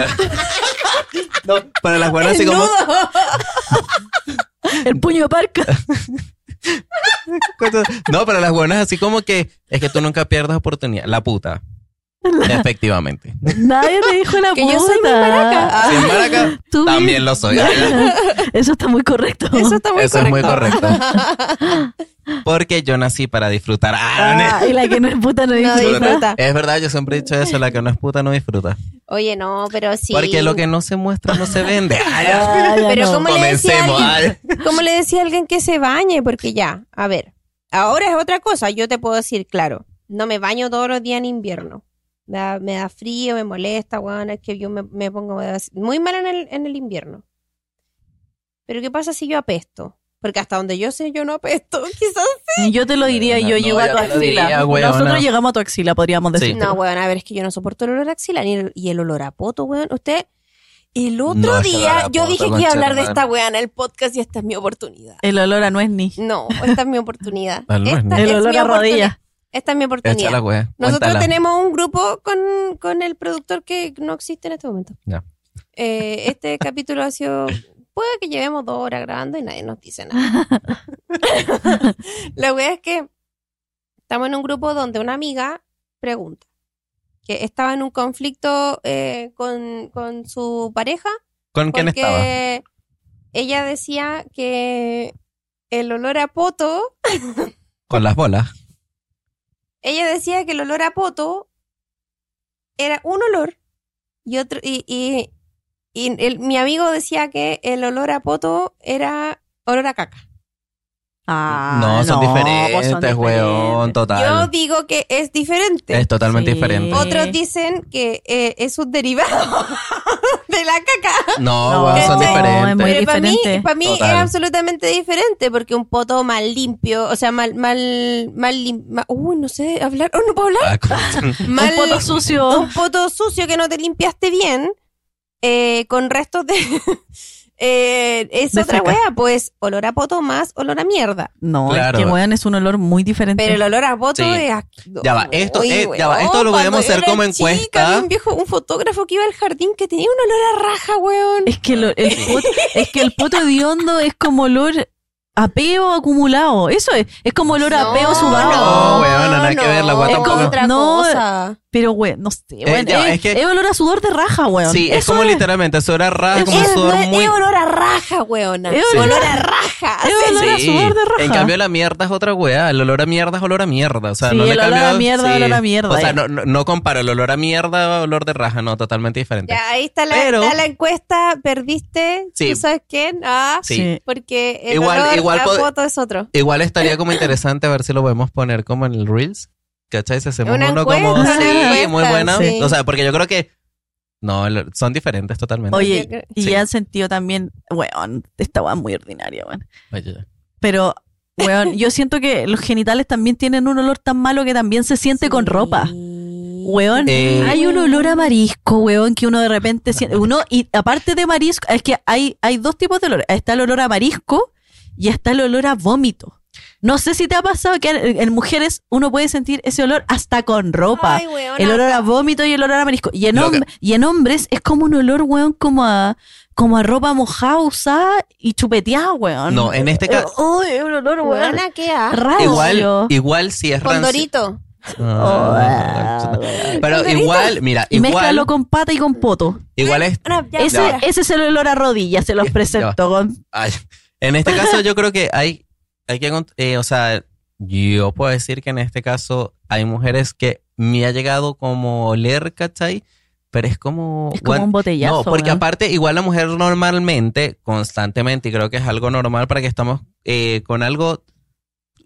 No, para las buenas, así como. Desnudo. [LAUGHS] El puño de parca. No, para las buenas, así como que. Es que tú nunca pierdas oportunidad. La puta. Efectivamente. Nadie te dijo la Que puta. yo soy muy maraca. Sin maraca, Tú también ves. lo soy. [LAUGHS] Eso está muy correcto. Eso está muy Eso es muy correcto. correcto. Porque yo nací para disfrutar. Ah, no, Ah, y la que no es puta no No disfruta. disfruta. Es verdad, yo siempre he dicho eso, la que no es puta no disfruta. Oye, no, pero sí. Porque lo que no se muestra no se [LAUGHS] vende. Ay, Ah, ya Pero no. ¿cómo le decía Comencemos, Ah, a alguien? ¿Cómo le decía a alguien que se bañe? Porque ya, a ver, ahora es otra cosa. Yo te puedo decir, claro, no me baño todos los días en invierno. Me da, me da frío, me molesta, weón, es que yo me, me pongo muy mal en el, en el invierno. Pero ¿qué pasa si yo apesto? Porque hasta donde yo sé, yo no apesto. [LAUGHS] Quizás. Yo te lo diría, No, yo no, llego a yo tu te lo diría, axila. weona. Nosotros llegamos a tu axila, podríamos Sí. decir. No, weón, a ver, es que yo no soporto el olor a axila ni el- y el olor a poto, weón. Usted, el otro No, es que el olor día a yo poto, dije que iba a hablar de conchetumare. esta weá en el podcast y esta es mi oportunidad. El olor a nuez ni. No, esta es [LAUGHS] mi oportunidad. Al menos, Esta Ah, ¿no? El es olor mi este- a oportuni- rodilla. Esta es mi Echa oportunidad. la wea. Nosotros cuéntala. tenemos un grupo con, con el productor que no existe en este momento. Ya. Eh, [LAUGHS] este capítulo ha sido... Puede que llevemos dos horas grabando y nadie nos dice nada. [LAUGHS] la wea es que estamos en un grupo donde una amiga pregunta que estaba en un conflicto eh, con, con su pareja ¿Con quién estaba? porque ella decía que el olor a poto Con las bolas. ella decía que el olor a poto era un olor y otro y, y Y el- mi amigo decía que el olor a poto era olor a caca. Ah, no, son pues diferentes, son weón, diferentes. Yo total. digo que es diferente. Es totalmente Sí. diferente. Otros dicen que eh, es un derivado [LAUGHS] de la caca. No, No, weón, son es diferentes. muy- Pero para mí, diferente. para mí es Total. absolutamente diferente porque un poto mal limpio, o sea, mal, mal, mal, lim- ma- uy, no sé hablar, oh, no puedo hablar. [LAUGHS] Ah, con- Mal, Un poto sucio. un poto sucio que no te limpiaste bien, eh, con restos de. [LAUGHS] eh, es De otra caca. wea, pues olor a poto más olor a mierda. No, Claro. es que weón es un olor muy diferente. Pero el olor a poto Sí. es. asqueroso. Ya va, esto- Oye, eh, ya va, weón, Oh, esto lo cuando podemos hacer era como chica, encuesta. había un viejo, un fotógrafo que iba al jardín que tenía un olor a raja, weón. Es que, lo- el poto, es que el poto hediondo es como olor a peo acumulado. Eso es. Es como olor a peo sudado. No, weón, nada que ver, la no, weá es tampoco. ah, otra No, cosa. Pero, weón, no sé. weón, Eh, ya, es, es que- es olor a sudor de raja, weón. Sí, es Eso como literalmente, eso era raro, Es, como un sudor es muy... olor a raja, weona. Es olor- olor a raja. Es Sí. olor a sudor de raja. En cambio, la mierda es otra weá. El olor a mierda es olor a mierda. O sea, Sí, no le el olor cambio- a mierda, sí. olor a mierda, O sea, eh. no, no, no comparo el olor a mierda olor de raja, no, totalmente diferente. Ya, ahí está la, Pero- está la encuesta. Perdiste. Sí. ¿Tú sabes quién? Ah, Sí. Sí. porque el Eh, Igual- olor igual a pod- foto es otro. Igual estaría como interesante ver si lo podemos poner como en el Reels. ¿Cachai? Si hacemos Una uno como. encuesta, sí, una [LAUGHS] encuesta, muy buena. sí. O sea, porque yo creo que. No, lo- son diferentes totalmente. Yo creo- Oye, y Sí. ya han sentido también, weón, esta weón muy ordinaria, weón. Oye. Pero, weón, yo siento que los genitales también tienen un olor tan malo que también se siente con ropa. Weón, Eh. hay un olor a marisco, weón, que uno de repente siente. Uno, y aparte de marisco, es que hay, hay dos tipos de olores. Está el olor a marisco y está el olor a vómito. No sé si te ha pasado que en, en mujeres uno puede sentir ese olor hasta con ropa. Ay, weona. el olor a vómito y el olor a marisco. Y en, Loca. hom- y en hombres es como un olor, weón, como a, como a ropa mojada, usada y chupeteada, weón. Eh, No, en este caso. Uy, un olor, weón. Weona, ¿qué ha? Raro. Igual, igual si es Ah, Con rancio- Dorito. Ah, Oh, weón. Pero Condorito. igual, mira, Y mézcalo igual, con pata y con poto. igual es, No, ya, Ese, ahora. ese es el olor a rodilla, se los Ya. presento. Con... Ay, en este caso yo creo que hay, hay que, cont- eh, o sea, yo puedo decir que en este caso hay mujeres que me ha llegado como oler, ¿cachai? Pero es como... Es como guan- un botellazo. no, porque weón. aparte, igual la mujer normalmente, constantemente, y creo que es algo normal para que estamos eh, con algo,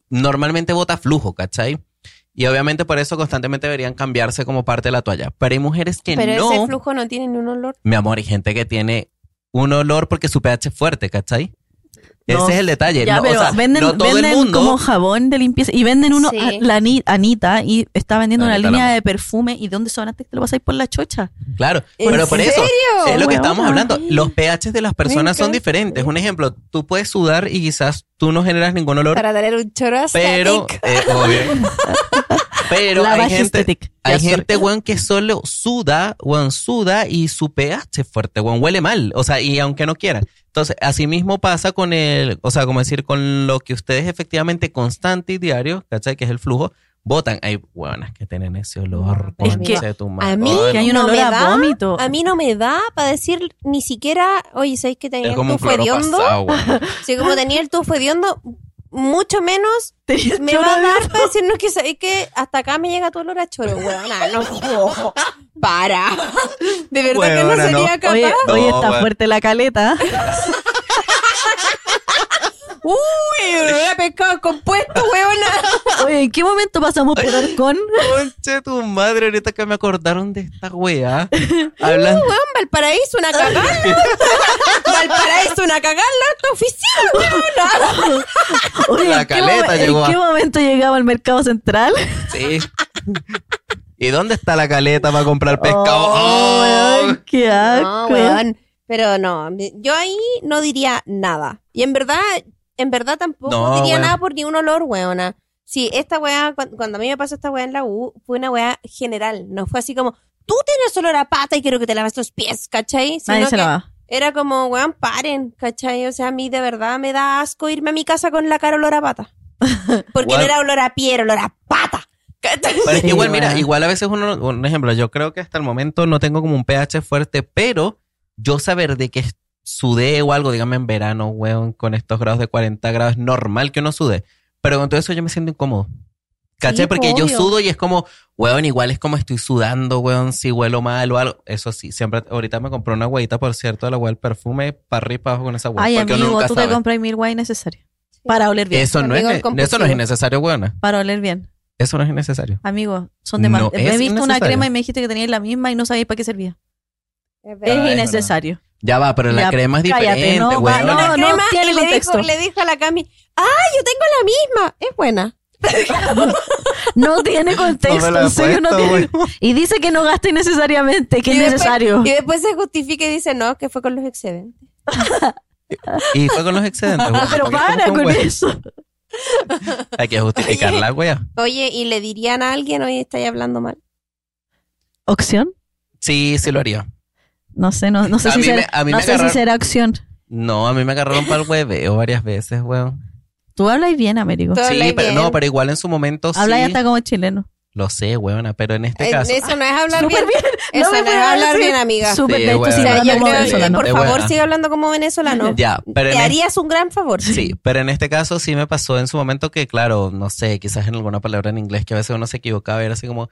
normalmente bota flujo, ¿cachai? Y obviamente por eso constantemente deberían cambiarse como parte de la toalla. Pero hay mujeres que Pero no ese flujo no tiene ni un olor. mi amor, hay gente que tiene un olor porque su pH es fuerte, ¿cachai? No. Ese es el detalle. Ya, no, o pero sea, venden, no todo venden el mundo. como jabón de limpieza y venden uno Sí. a la Ani- Anita y está vendiendo La una Anita la línea amo. de perfume y de un desodorante que te lo pasáis por la chocha. Claro, ¿En pero por eso es lo que Huevona. estamos hablando. Los pH de las personas son encanta. diferentes. Un ejemplo, tú puedes sudar y quizás tú no generas ningún olor, Para tener un chorro pero. asiático. eh, [LAUGHS] obvio. pero la hay gente. estética. Hay gente, weón, que solo suda, weón, suda y su pH es fuerte, weón, huele mal, o sea, y aunque no quieran. Entonces, así mismo pasa con el, o sea, como decir, con lo que ustedes efectivamente constante y diario, ¿cachai? Que es el flujo, botan. Hay weonas que tienen ese olor, Es conche que tu a madre. mí Ay, Que hay un no olor me a da, vómito. A mí no me da para decir ni siquiera, oye, ¿sabéis que no, tenía es el como un tufo cloro hediondo? pasado, weón. Sí, como tenía el tufo hediondo, mucho menos Tenía me chorro va a de- dar para decirnos que sabéis que hasta acá me llega tu olor a choro, weona. No, no, para. De verdad que no Weona, no. sería capaz. Oye, No, oye, está weón. fuerte la caleta. Uy, olor a pescado compuesto, weona. [LAUGHS] Oye, ¿en qué momento pasamos por [LAUGHS] Arcón? Conche tu madre, ahorita que me acordaron de esta [LAUGHS] weá. Hablando. Weón, Valparaíso, una cagala. Valparaíso, una cagala. Tu oficina, weona. Oye, La ¿en qué caleta momen- llegó a- ¿En qué momento llegaba al mercado central? Sí. ¿Y dónde está la caleta para comprar [LAUGHS] pescado? Oh, ¡Oh! weón, ¡Qué No, asco! weón. Pero no, yo ahí no diría nada. Y en verdad, en verdad tampoco No, diría weón. nada por ni un olor, weona. Sí, esta weá, cu- cuando a mí me pasó esta weá en la U, fue una weá general. No fue así como, tú tienes olor a pata y quiero que te laves los pies, ¿cachai? Sino Nadie se que la va. Era como, weón, paren, ¿cachai? O sea, a mí de verdad me da asco irme a mi casa con la cara olor [LAUGHS] a pata. Porque no Weón. era olor a pie, era olor a pata. ¿cachai? Pero es que Sí, igual, bueno. mira, igual a veces uno, un ejemplo, yo creo que hasta el momento no tengo como un pH fuerte, pero yo saber de que sudé o algo, dígame en verano, weón, con estos grados de 40 grados, es normal que uno sude. Pero con todo eso yo me siento incómodo. ¿Cachai? Porque yo obvio. sudo y es como, weón, igual es como estoy sudando, weón, si huelo mal o algo. Eso sí, siempre, ahorita me compré una huevita, por cierto, de la hueá del perfume, para arriba y para abajo con esa hueá. Ay, porque uno amigo, nunca tú te sabe. compras mil guay necesarios. Para oler bien. Eso no, es, Amigo, ne- eso el no es compulsivo. innecesario, weón. Para oler bien. Eso no es innecesario. Amigo, son de más. No He es visto una innecesario. crema y me dijiste que tenías la misma y no sabíais para qué servía. Es Ah, verdad. es es innecesario. Ya va, pero Ya, la crema es cállate, diferente, no, va, weón. no, Una crema tiene y le contexto. dijo, le dijo a la Cami, ¡ah, yo tengo la misma! Es buena. [LAUGHS] No tiene contexto, en serio, no tiene- Y dice que no gasta innecesariamente, que Y después- es necesario. Y después se justifica y dice, no, que fue con los excedentes. Y fue con los excedentes, Ah, weón. pero porque estamos para con weas. eso. Hay que justificar la wea. Oye, ¿y le dirían a alguien, oye, estáis hablando mal? ¿Opción? Sí, sí lo haría. No sé, no, no sé, A si, mí será, me- a mí no me sé si agarraron- será opción. No, a mí me agarraron para el hueveo varias veces, weón. Tú hablas bien, Américo. Tú Sí, hablas pero bien. no, pero igual en su momento sí. Hablas hasta como chileno. Lo sé, weona, pero en este Eh, caso. Eso no es hablar bien. Súper bien. Eso no, me es puedes hablar decir. bien, amiga. Súper Sí, bien. pues, Tú bueno. O sea, sigues Pero hablando yo como creo que, venezolano. por Es favor, buena. siga hablando como venezolano. Ya, pero Te en, harías un gran favor. sí, pero en este caso sí me pasó en su momento que, claro, no sé, quizás en alguna palabra en inglés que a veces uno se equivocaba, era así como,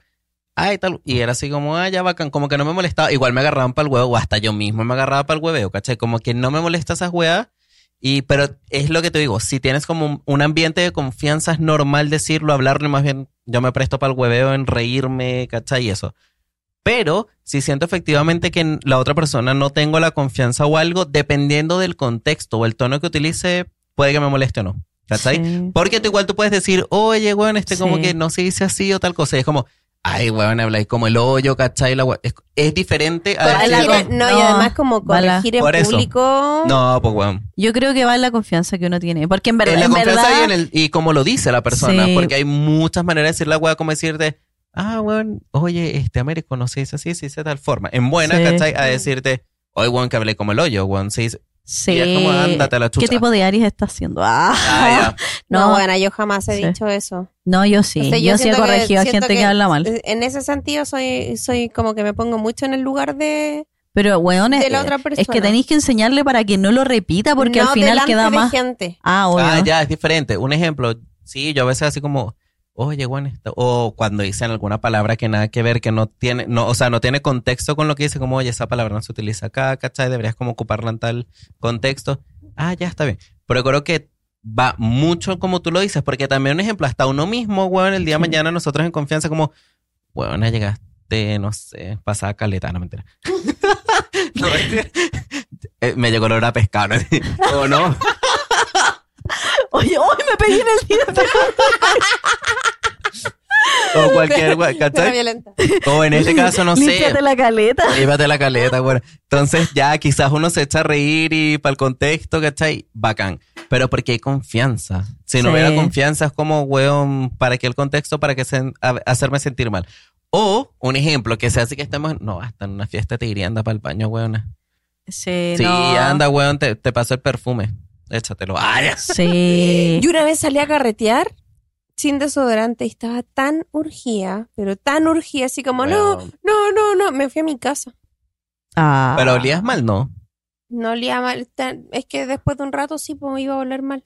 ay, tal, y era así como, ay, ya bacán, como que no me molestaba. Igual me agarraban para el huevo, o hasta yo mismo me agarraba para el hueveo, ¿cachai? Como que no me molesta esas weas. Y, pero es lo que te digo, si tienes como un, un ambiente de confianza, es normal decirlo, hablarlo, y más bien yo me presto para el hueveo en reírme, ¿cachai? Y eso. Pero si siento efectivamente que en la otra persona no tengo la confianza o algo, dependiendo del contexto o el tono que utilice, puede que me moleste o no. ¿Cachai? Sí. Porque tú igual tú puedes decir, oye, weón, este como Sí. que no se dice así o tal cosa. Y es como, ay, weón, habláis como el hoyo, ¿cachai? La we- es, es diferente a Corregir decir, Pues, la- Corregir- no, y además como Bala. corregir en Por eso. público. no, pues weón. Yo creo que va en la confianza que uno tiene. Porque en verdad. en la en confianza verdad- y, en el, y como lo dice la persona. Sí. Porque hay muchas maneras de decir la weá, como decirte, ah, weón, oye, este Américo no se dice así, se dice de tal forma. En buena, Sí. ¿cachai? A decirte, oye, weón, que hablé como el hoyo, weón. Se dice, Sí. y es como, ándate a la chucha. ¿Qué tipo de Aries está haciendo? Ah, Ah, ya. No, no, bueno, yo jamás he Sí. dicho eso. no, yo sí. O sea, yo, sí he siento que- corregido a siento gente que, habla mal. En ese sentido soy soy como que me pongo mucho en el lugar de, Pero, weón, Eh, es, de la otra persona. es que tenéis que enseñarle para que no lo repita porque No al final delante queda de más. gente. Ah, obvio. Ah, ya, es diferente. Un ejemplo, sí, yo a veces así como, oye, Juan, esto- o cuando dicen alguna palabra que nada que ver, que no tiene, no, o sea, no tiene contexto con lo que dice, como, oye, esa palabra no se utiliza acá, ¿cachai? Deberías como ocuparla en tal contexto. Ah, ya, está bien. Pero creo que va mucho como tú lo dices, porque también un ejemplo, hasta uno mismo, weón, el día de Sí. mañana nosotros en confianza como, weón, llegaste, no sé, pasada caleta, no mentira. [LAUGHS] No, mentira. Eh, me llegó el olor a pescado, ¿no? [LAUGHS] o no. [LAUGHS] Oye, hoy me pegué en [LAUGHS] el diente. [LAUGHS] O cualquier, gua- Pero ¿cachai? violenta. O en este caso, no Límpiate sé. la caleta. [LAUGHS] Llévate la caleta, bueno. Entonces ya quizás uno se echa a reír y para el contexto, ¿cachai? Bacán. Pero porque hay confianza. Si no Sí. hubiera confianza es como, weón, ¿para qué el contexto? ¿Para qué sen- a- hacerme sentir mal? O un ejemplo, que sea así que estamos, no, hasta en una fiesta te iría anda para el baño, weón. Sí, Sí, no. anda, weón, te, te paso el perfume. Échatelo. ¡Ay! ah, Sí. Yo una vez salí a carretear sin desodorante y estaba tan urgía, pero tan urgía, así como, no, weón. no, no, no, me fui a mi casa. Ah. Pero olías mal, ¿no? No olía mal, tan- es que después de un rato sí pues, iba a oler mal.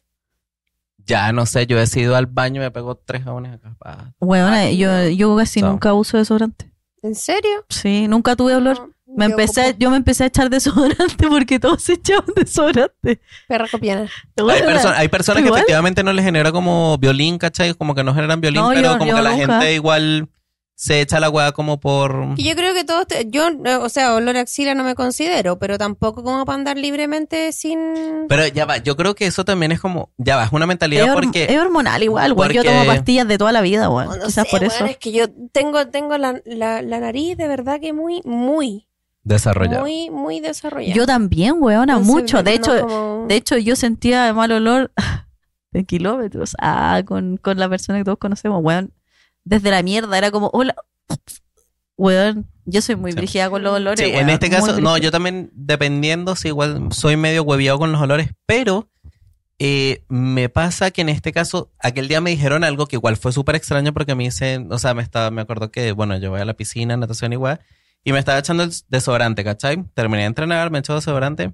Ya, no sé, yo he sido al baño y me pegó tres jabones acá. Ah. pa. Weón, Ay, yo, yo casi no. nunca uso desodorante. ¿En serio? Sí, nunca tuve olor. No, Me yo empecé, ocupo yo me empecé a echar desodorante porque todos [LAUGHS] se echaban desodorante. perra copiana. Hay, Weona, perso- hay personas que igual. efectivamente no les genera como violín, ¿cachai? Como que no generan violín, No, pero yo- como yo que la nunca. gente igual se echa la weá como por... Y yo creo que todos, te- yo, eh, o sea, olor a axila no me considero, pero tampoco como para andar libremente sin... Pero ya va, yo creo que eso también es como... Ya va, es una es, mentalidad horm- porque... es hormonal igual, weón. Yo porque- tomo pastillas de toda la vida, weón. Oh, No Quizás sé, por weón, eso. Es que yo tengo, tengo la, la, la nariz de verdad que muy, muy, desarrollada. muy, muy desarrollada. Yo también, weona, Entonces, mucho. De no hecho, como- de hecho, yo sentía mal olor [LAUGHS] de kilómetros. Ah, con, con la persona que todos conocemos, weón. Desde la mierda, era como, hola. Weón, yo soy muy Sí. brígida con los olores. Sí, en weón, este muy caso, no, brígida. yo también, dependiendo, si igual soy medio hueviado con los olores, pero eh, me pasa que en este caso, aquel día me dijeron algo que igual fue súper extraño porque me hice, o sea, me estaba, me acuerdo que, bueno, yo voy a la piscina, natación igual, y me estaba echando el desodorante, ¿cachai? Terminé de entrenar, me echó desodorante,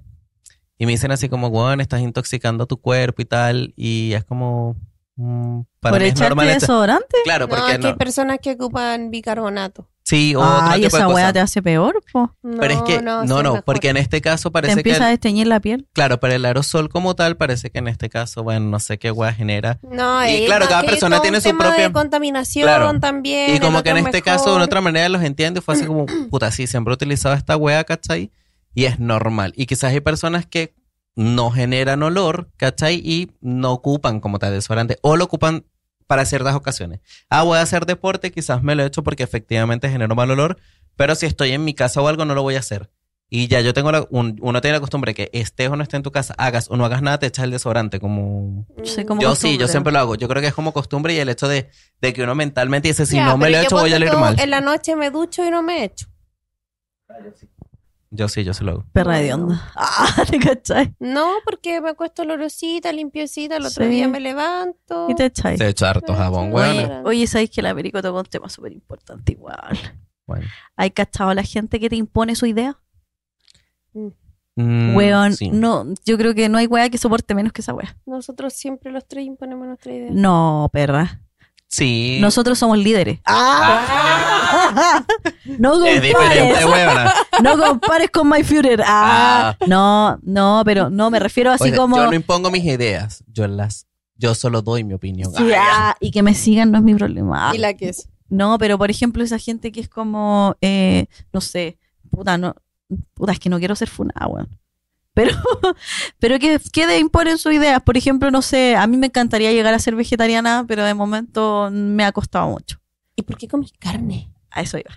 y me dicen así como, weón, estás intoxicando tu cuerpo y tal, y es como, Mm, para ¿Por mí es echarte normal esto. desodorante? Claro, No, porque aquí hay no. personas que ocupan bicarbonato. Sí, o otro Ay, tipo de esa weá cosa. te hace peor, po. No, Pero es que, no, sí no, es mejor. porque en este caso Te parece que, empieza a desteñir la piel. claro, para el aerosol como tal, parece que en este caso, bueno, no sé qué weá genera. No, Y eh, claro, no, cada que hay persona todo tiene un su tema propia- de contaminación Claro. también. Y el como que en otro este caso, de mejor. otra manera los entiendo, fue así como, [CLEARS THROAT] puta, sí, siempre he utilizado esta wea, ¿cachai? Y es normal. Y quizás hay personas que no generan olor, ¿cachai? Y no ocupan como tal desodorante o lo ocupan para ciertas ocasiones. Ah, voy a hacer deporte, quizás me lo he hecho porque efectivamente genero mal olor, pero si estoy en mi casa o algo, no lo voy a hacer. Y ya yo tengo la, un- uno tiene la costumbre que estés o no estés en tu casa, hagas o no hagas nada, te echas el desodorante como Mm. Sé cómo- yo sí, yo costumbre. siempre lo hago. Yo creo que es como costumbre y el hecho de, de que uno mentalmente dice, si Ya, no me pero lo he yo hecho, voy a ponte leer tú, mal. En la noche me ducho y no me echo. Yo sí, yo se lo hago. Perra Bueno. de onda. [LAUGHS] Ah, ¿te cachai? No, porque me acuesto olorosita, limpiosita, el otro Sí. día me levanto. Y te echai. Se hecho harto jabón, Sí. weón. Bueno. Oye, oye, sabéis que la Perico tocó un tema súper importante igual. Bueno. ¿Hay cachado a la gente que te impone su idea? Mm, Weón, sí. no, yo creo que no hay weá que soporte menos que esa weá. Nosotros siempre los tres imponemos nuestra idea. No, perra. Sí. Nosotros somos líderes. Ah. [LAUGHS] no es diferente, compares, weón. no compares con My Führer. Ah, no, no, pero no, me refiero [LAUGHS] así como... Yo no impongo mis ideas. Yo las. Yo solo doy mi opinión. Sí, ah, y que me sigan no es mi problema. Y la que es. No, pero por ejemplo, esa gente que es como, eh, no sé, puta, no, puta, es que no quiero ser funada, weón. Pero, [LAUGHS] pero que, que de- imponen sus ideas. Por ejemplo, no sé, a mí me encantaría llegar a ser vegetariana, pero de momento me ha costado mucho. ¿Y por qué comís carne? A eso iba.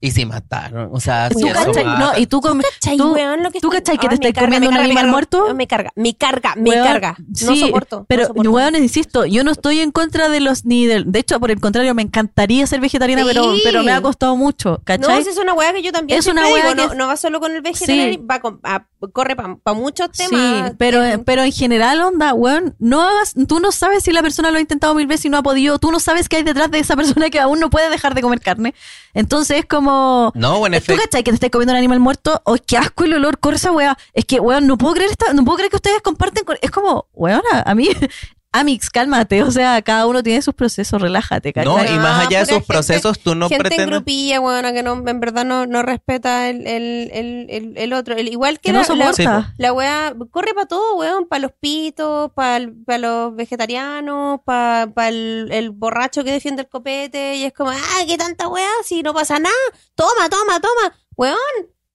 Y si mataron. O sea, ¿Tú si eso cachai? mata- No, y tú comes. ¿Cachai, Tú- weón, lo que tú estoy- cachai que Ay, te me estáis carga, comiendo me un carga, me animal carga. muerto. No, Me carga, me carga, me Weón, carga. No sí, soporto. Pero, no soporto. weón, insisto, yo no estoy en contra de los ni del. De hecho, por el contrario, me encantaría ser vegetariana, Sí. pero, pero me ha costado mucho, No, ¿cachai? esa es una weá que yo también Es una siempre weá digo, que no, es- no va solo con el vegetariano, Sí. va con- a- corre para muchos temas. Sí, pero, Eh, pero en general, onda, weón, no hagas, tú no sabes si la persona lo ha intentado mil veces y no ha podido, tú no sabes qué hay detrás de esa persona que aún no puede dejar de comer carne. Entonces es como, No, en ¿tú efecto. cachai que te estás comiendo un animal muerto? ¡Oh, qué asco el olor! Corre esa weá. Es que, weón, no puedo creer esta, no puedo creer que ustedes comparten con, es como, weón, a, a mí, [LAUGHS] Amix, cálmate, o sea, cada uno tiene sus procesos, relájate, ¿cachai? Ah, No, y más allá de pura sus gente- procesos, tú no gente en pretendes. grupilla, weona, que no, en verdad no, no respeta el, el, el, el, el otro. El, igual que, que no la, la, soporta. la weá, corre para todo, weón, para los pitos, para los vegetarianos, para el, el borracho que defiende el copete, y es como, ah, qué tanta weá, si no pasa nada, toma, toma, toma, weón.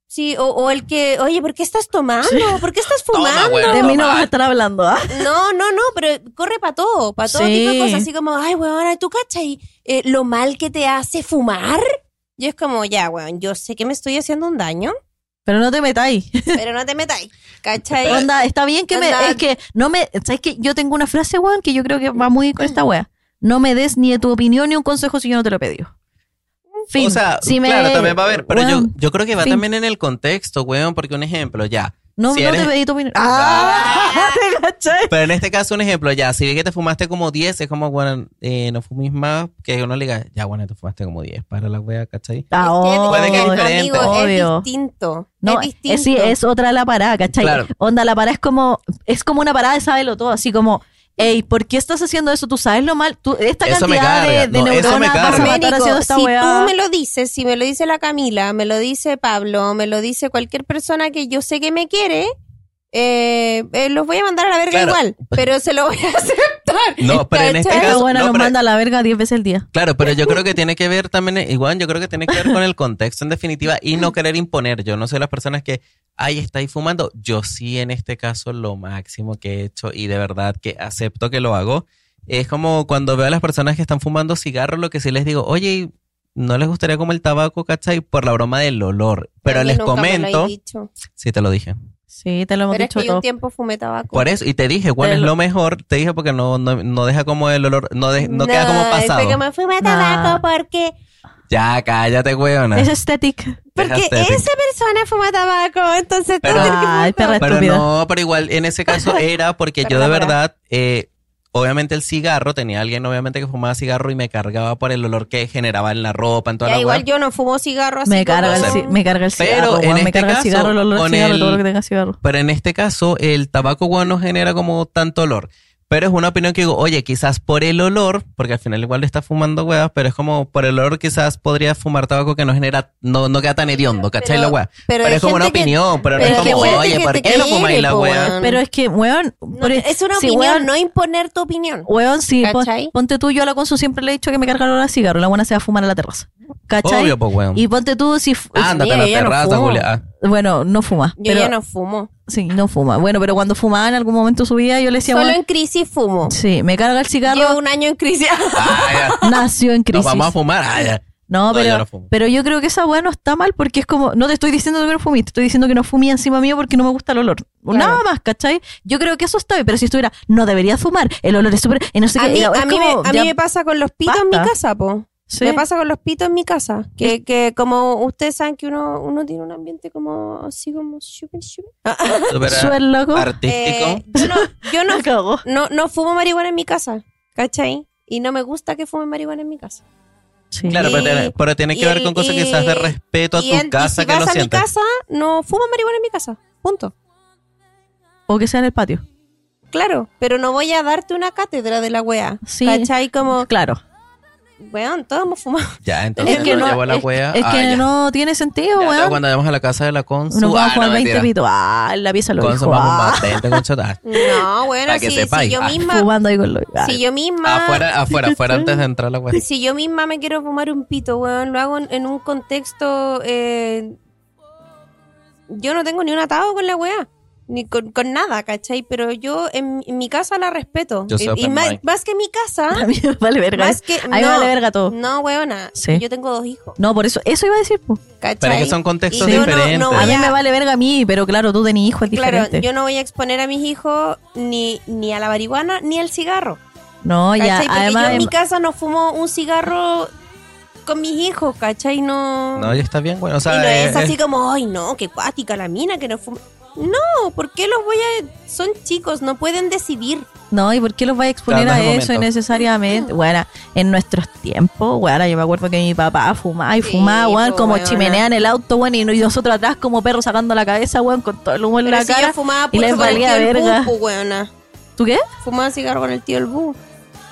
Sí, o, o el que, oye, ¿por qué estás tomando? ¿Por qué estás Toma, fumando? weón. de mí no Toma. vas a estar hablando, ¿ah? No, no, no, pero corre para todo, para todo Sí. tipo de cosas. Así como, ay, weón, tú cachai eh, lo mal que te hace fumar. Yo es como, ya, weón, yo sé que me estoy haciendo un daño, Pero no te metáis. pero no te metáis, ¿cachai? Onda, está bien que me. Onda. Es que no me. ¿Sabes que Yo tengo una frase, weón, que yo creo que va muy con esta wea. No me des ni de tu opinión ni un consejo si yo no te lo he pedido. Fin. O sea, Si me- claro, también va a haber. Pero yo, weón, yo creo que va fin. también en el contexto, weón, porque un ejemplo, ya. No, si no eres- te pedí tu opinión. Ah. ¡Ah! ¿Te cachai? Pero en este caso, un ejemplo, ya, si vi que te fumaste como 10, es como, bueno, eh, no fumís más, que uno le diga, ya, bueno, te fumaste como 10 para la wea, ¿cachai? Ah, Puede que es obvio. diferente. Amigo, Obvio. es distinto. No, es es, distinto. sí, es otra la parada, ¿cachai? Claro. Onda, la parada es como, es como una parada de saberlo todo, así como, hey, ¿por qué estás haciendo eso? ¿Tú sabes lo mal? Tú, esta Eso me cantidad de, carga. de No, eso me neuronas vas a carga. matar Américo, haciendo esta si weá. tú me lo dices, si me lo dice la Camila, me lo dice Pablo, me lo dice cualquier persona que yo sé que me quiere, eh, eh, los voy a mandar a la verga Claro. igual, pero se lo voy a [LAUGHS] aceptar. No, pero en este ¿Cachai? caso- Esta buena No, nos pero- manda a la verga 10 veces al día. Claro, pero yo [LAUGHS] creo que tiene que ver también, eh, igual, yo creo que tiene que ver con el contexto en definitiva y no querer imponer. Yo no soy las personas que, ay, estáis fumando. Yo sí, en este caso, lo máximo que he hecho y de verdad que acepto que lo hago. Es como cuando veo a las personas que están fumando cigarros, lo que sí les digo, oye, ¿y no les gustaría como el tabaco, ¿cachai? Por la broma del olor. Pero A mí les nunca me lo he comento, dicho. sí te lo dije. Sí, te lo hemos Pero es dicho que yo todo. un tiempo fumé tabaco. Por eso, y te dije, bueno, Pero es lo- lo mejor, te dije porque no, no, no deja como el olor, no, de- no queda como es pasado. que me fumé tabaco porque, Ya, cállate, weona. Es aesthetic. porque Dejaste de ti. esa persona fuma tabaco, entonces Pero- todo el que Ay, fuma tabaco. perra Pero estúpida. no, pero igual en ese [LAUGHS] caso era porque yo Perdón, de perdón. verdad, eh, obviamente el cigarro, tenía alguien obviamente que fumaba cigarro y me cargaba por el olor que generaba en la ropa, en toda Ya, la igual weá. yo no fumo cigarro así. Me carga, el, como- sé. ci- me carga el Pero cigarro. en weón, me este carga caso, el cigarro, el olor del con cigarro, el- todo lo que tenga cigarro. Pero en este caso el tabaco, weón, no genera como tanto olor. Pero es una opinión que digo, oye, quizás por el olor, porque al final igual está fumando huevas, pero es como por el olor quizás podría fumar tabaco que no genera, no, no queda tan hediondo, ¿cachai? la hueá. Pero, hay es como una gente que- opinión, pero, pero no hay es como, gente oye, que ¿por te qué no cree, fumáis la po, hueá? weón. Pero es que, weón, No, por- es una si opinión, weón- no imponer tu opinión. Weón, sí, pon- ¿Cachai? ponte tú, yo a la Consu siempre le he dicho que me cargaron la cigarro, la buena se va a fumar a la terraza. ¿Cachai? Obvio, pues, weón. Y ponte tú si... fu- Ándate mira, a la ella no terraza, fuma. Julia. Ah, Bueno, no fuma. Yo pero, ya no fumo. Sí, no fuma. Bueno, pero cuando fumaba en algún momento de su vida yo le decía, Solo weón, en crisis fumo. sí, me carga el cigarro, Llevo un año en [LAUGHS] crisis. Ah, ya. nació en Nos crisis. vamos a fumar. Ah, ya. No, No, pero, yo no fumo. pero yo creo que esa weá no está mal porque es como, no te estoy diciendo que no fumí, te estoy diciendo que no fumí encima mío porque no me gusta el olor. Nada más, ¿cachai? Yo creo que eso está bien, pero si estuviera, no debería fumar, el olor es súper, y no sé a qué, mí, y- a es mí me, como, a mí ya, me pasa con los pitos en basta. mi casa, po. sí. Me pasa con los pitos en mi casa. Que, que como ustedes saben que uno, uno tiene un ambiente como así como súper, súper. Súper Suel, loco. artístico. Eh, yo no, yo no, Me cago. no, no fumo marihuana en mi casa, ¿cachai? Y no me gusta que fumen marihuana en mi casa. Sí. Claro, pero, tiene- pero tiene que y- ver con cosas y- quizás de respeto a y tu en- y casa si que vas lo a mi sientas. casa, no fumo marihuana en mi casa. Punto. O que sea en el patio. Claro, pero no voy a darte una cátedra de la wea. Sí. ¿Cachai? Como, Claro. weón, todos hemos [LAUGHS] fumado. Ya, entonces que no no- llevo a la wea. Es Ah, que ya. no tiene sentido, Ya, luego weón. Cuando vayamos a la casa de la Consu. Nos vamos ah, a jugar no, 20 mentira. pitos. Ah, en la pieza lo Consu dijo. vamos Ah, a patente con [LAUGHS] chotar. No, bueno, Para que si, si sepáis. yo Ah. misma, fumando ahí con lo Ah, si yo misma Afuera, afuera, afuera antes de entrar a la wea. si yo misma me quiero fumar un pito, weón, lo hago en, en un contexto. eh, yo no tengo ni un atado con la weá, ni con, con nada, ¿cachai? Pero yo en, en mi casa la respeto. Yo soy y y open más, mind. más que mi [LAUGHS] A casa, mí me vale verga. más que. A mí me vale verga todo. No, weona. Sí. Yo tengo dos hijos, No, por eso, eso iba a decir, po. ¿cachai? Pero es que son contextos Y yo no- diferentes. no voy A mí Ya. me vale verga a mí, pero claro, tú tenés hijos, es Claro, diferente. yo no voy a exponer a mis hijos ni, ni a la marihuana ni al cigarro. No, ya, ¿cachai? Porque yo además. em- en mi casa no fumo un cigarro con mis hijos, ¿cachai? No. No, ya está bien, bueno, o sea, y no eh, es así como, ay, no, qué cuática la mina que no fuma. No, ¿por qué los voy a.? Son chicos, no pueden decidir. No, ¿y por qué los vais a exponer Claro, no a es el eso momento. innecesariamente? Bueno, en nuestros tiempos, bueno, yo me acuerdo que mi papá fumaba y Sí, fumaba, weón, po, como weona. chimenea en el auto, weón, y, no- y nosotros atrás como perros sacando la cabeza, weón, con todo el humo en Pero la si cara. yo fumaba y les pucho con el valía tío el verga. Bu, pues, weona. ¿Tú qué? Fumaba cigarro con el tío el bu.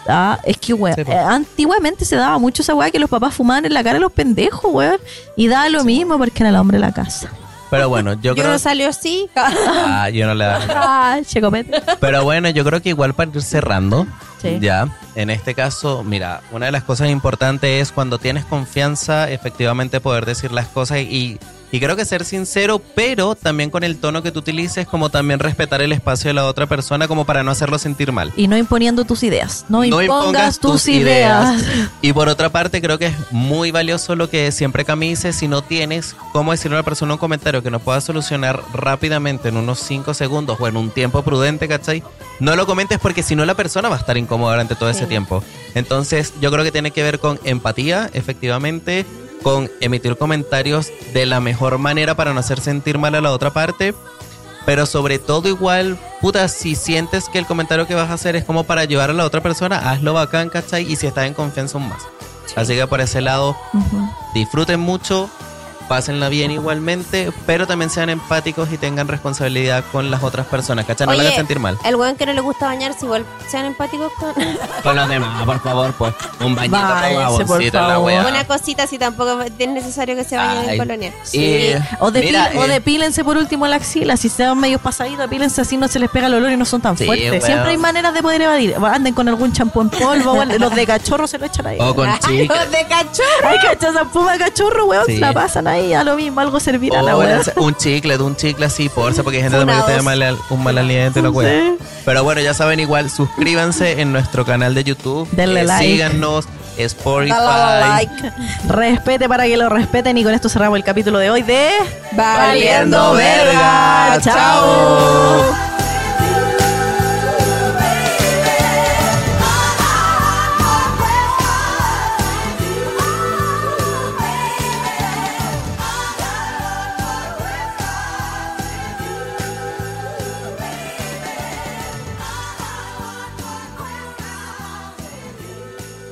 Ah, es que, weón, Sí, po. eh, antiguamente se daba mucho esa weá que los papás fumaban en la cara a los pendejos, weón. Y daba lo mismo porque era el hombre de la casa. [LAUGHS] pero bueno, yo Yo, creo no salió así. [LAUGHS] Ah, yo no le da. Ah, che copete. Pero bueno, yo creo que igual para ir cerrando, Sí. ya, en este caso, mira, una de las cosas importantes es cuando tienes confianza, efectivamente poder decir las cosas y, y creo que ser sincero, pero también con el tono que tú utilices, como también respetar el espacio de la otra persona, como para no hacerlo sentir mal. Y no imponiendo tus ideas. No, No impongas, impongas tus, tus ideas. Y por otra parte, creo que es muy valioso lo que siempre Cami dice, si no tienes cómo decirle a una persona un comentario que nos pueda solucionar rápidamente en unos 5 segundos o en un tiempo prudente, ¿cachai? No lo comentes porque si no la persona va a estar incómoda durante todo ese Sí. tiempo. Entonces, yo creo que tiene que ver con empatía, efectivamente, con emitir comentarios de la mejor manera para no hacer sentir mal a la otra parte. Pero sobre todo igual, puta, si sientes que el comentario que vas a hacer es como para ayudar a la otra persona, hazlo bacán, ¿cachai? Y si estás en confianza aún más. Así que por ese lado, Ujú. disfruten mucho, pásenla bien igualmente, pero también sean empáticos y tengan responsabilidad con las otras personas, ¿cachai? No la Oye. hagan sentir mal. El weón que no le gusta bañarse, igual sean empáticos con. [LAUGHS] Con los demás, por favor, pues, un bañito Váyanse, para por baboncito en la favor. wea. Una cosita si tampoco es necesario que se bañen Ay. en colonia. Y- O, depi- mira, o eh, depílense por último la axila. Si se van medio pasaditos, depílense así, no se les pega el olor y no son tan Sí, fuertes. weón. Siempre hay maneras de poder evadir. Anden con algún champú en polvo, weón. los de cachorro se lo echan ahí. O con [LAUGHS] Ay, chicas. los de cachorro. Hay cachas puma cachorro, weón. Sí. Oh, se La pasan ahí a lo mismo, algo servirá a O la weón. lanza- un chicle, de un chicle así, porfa, porque hay gente también que tiene Funados. mal- un mal aliento y la wea. Sí. Pero bueno, ya saben igual, suscríbanse en nuestro canal de YouTube. Denle Eh, like. Síganos, Spotify. Dale like. Respete para que lo respeten. Y con esto cerramos el capítulo de hoy de. Valiendo verga. Chao.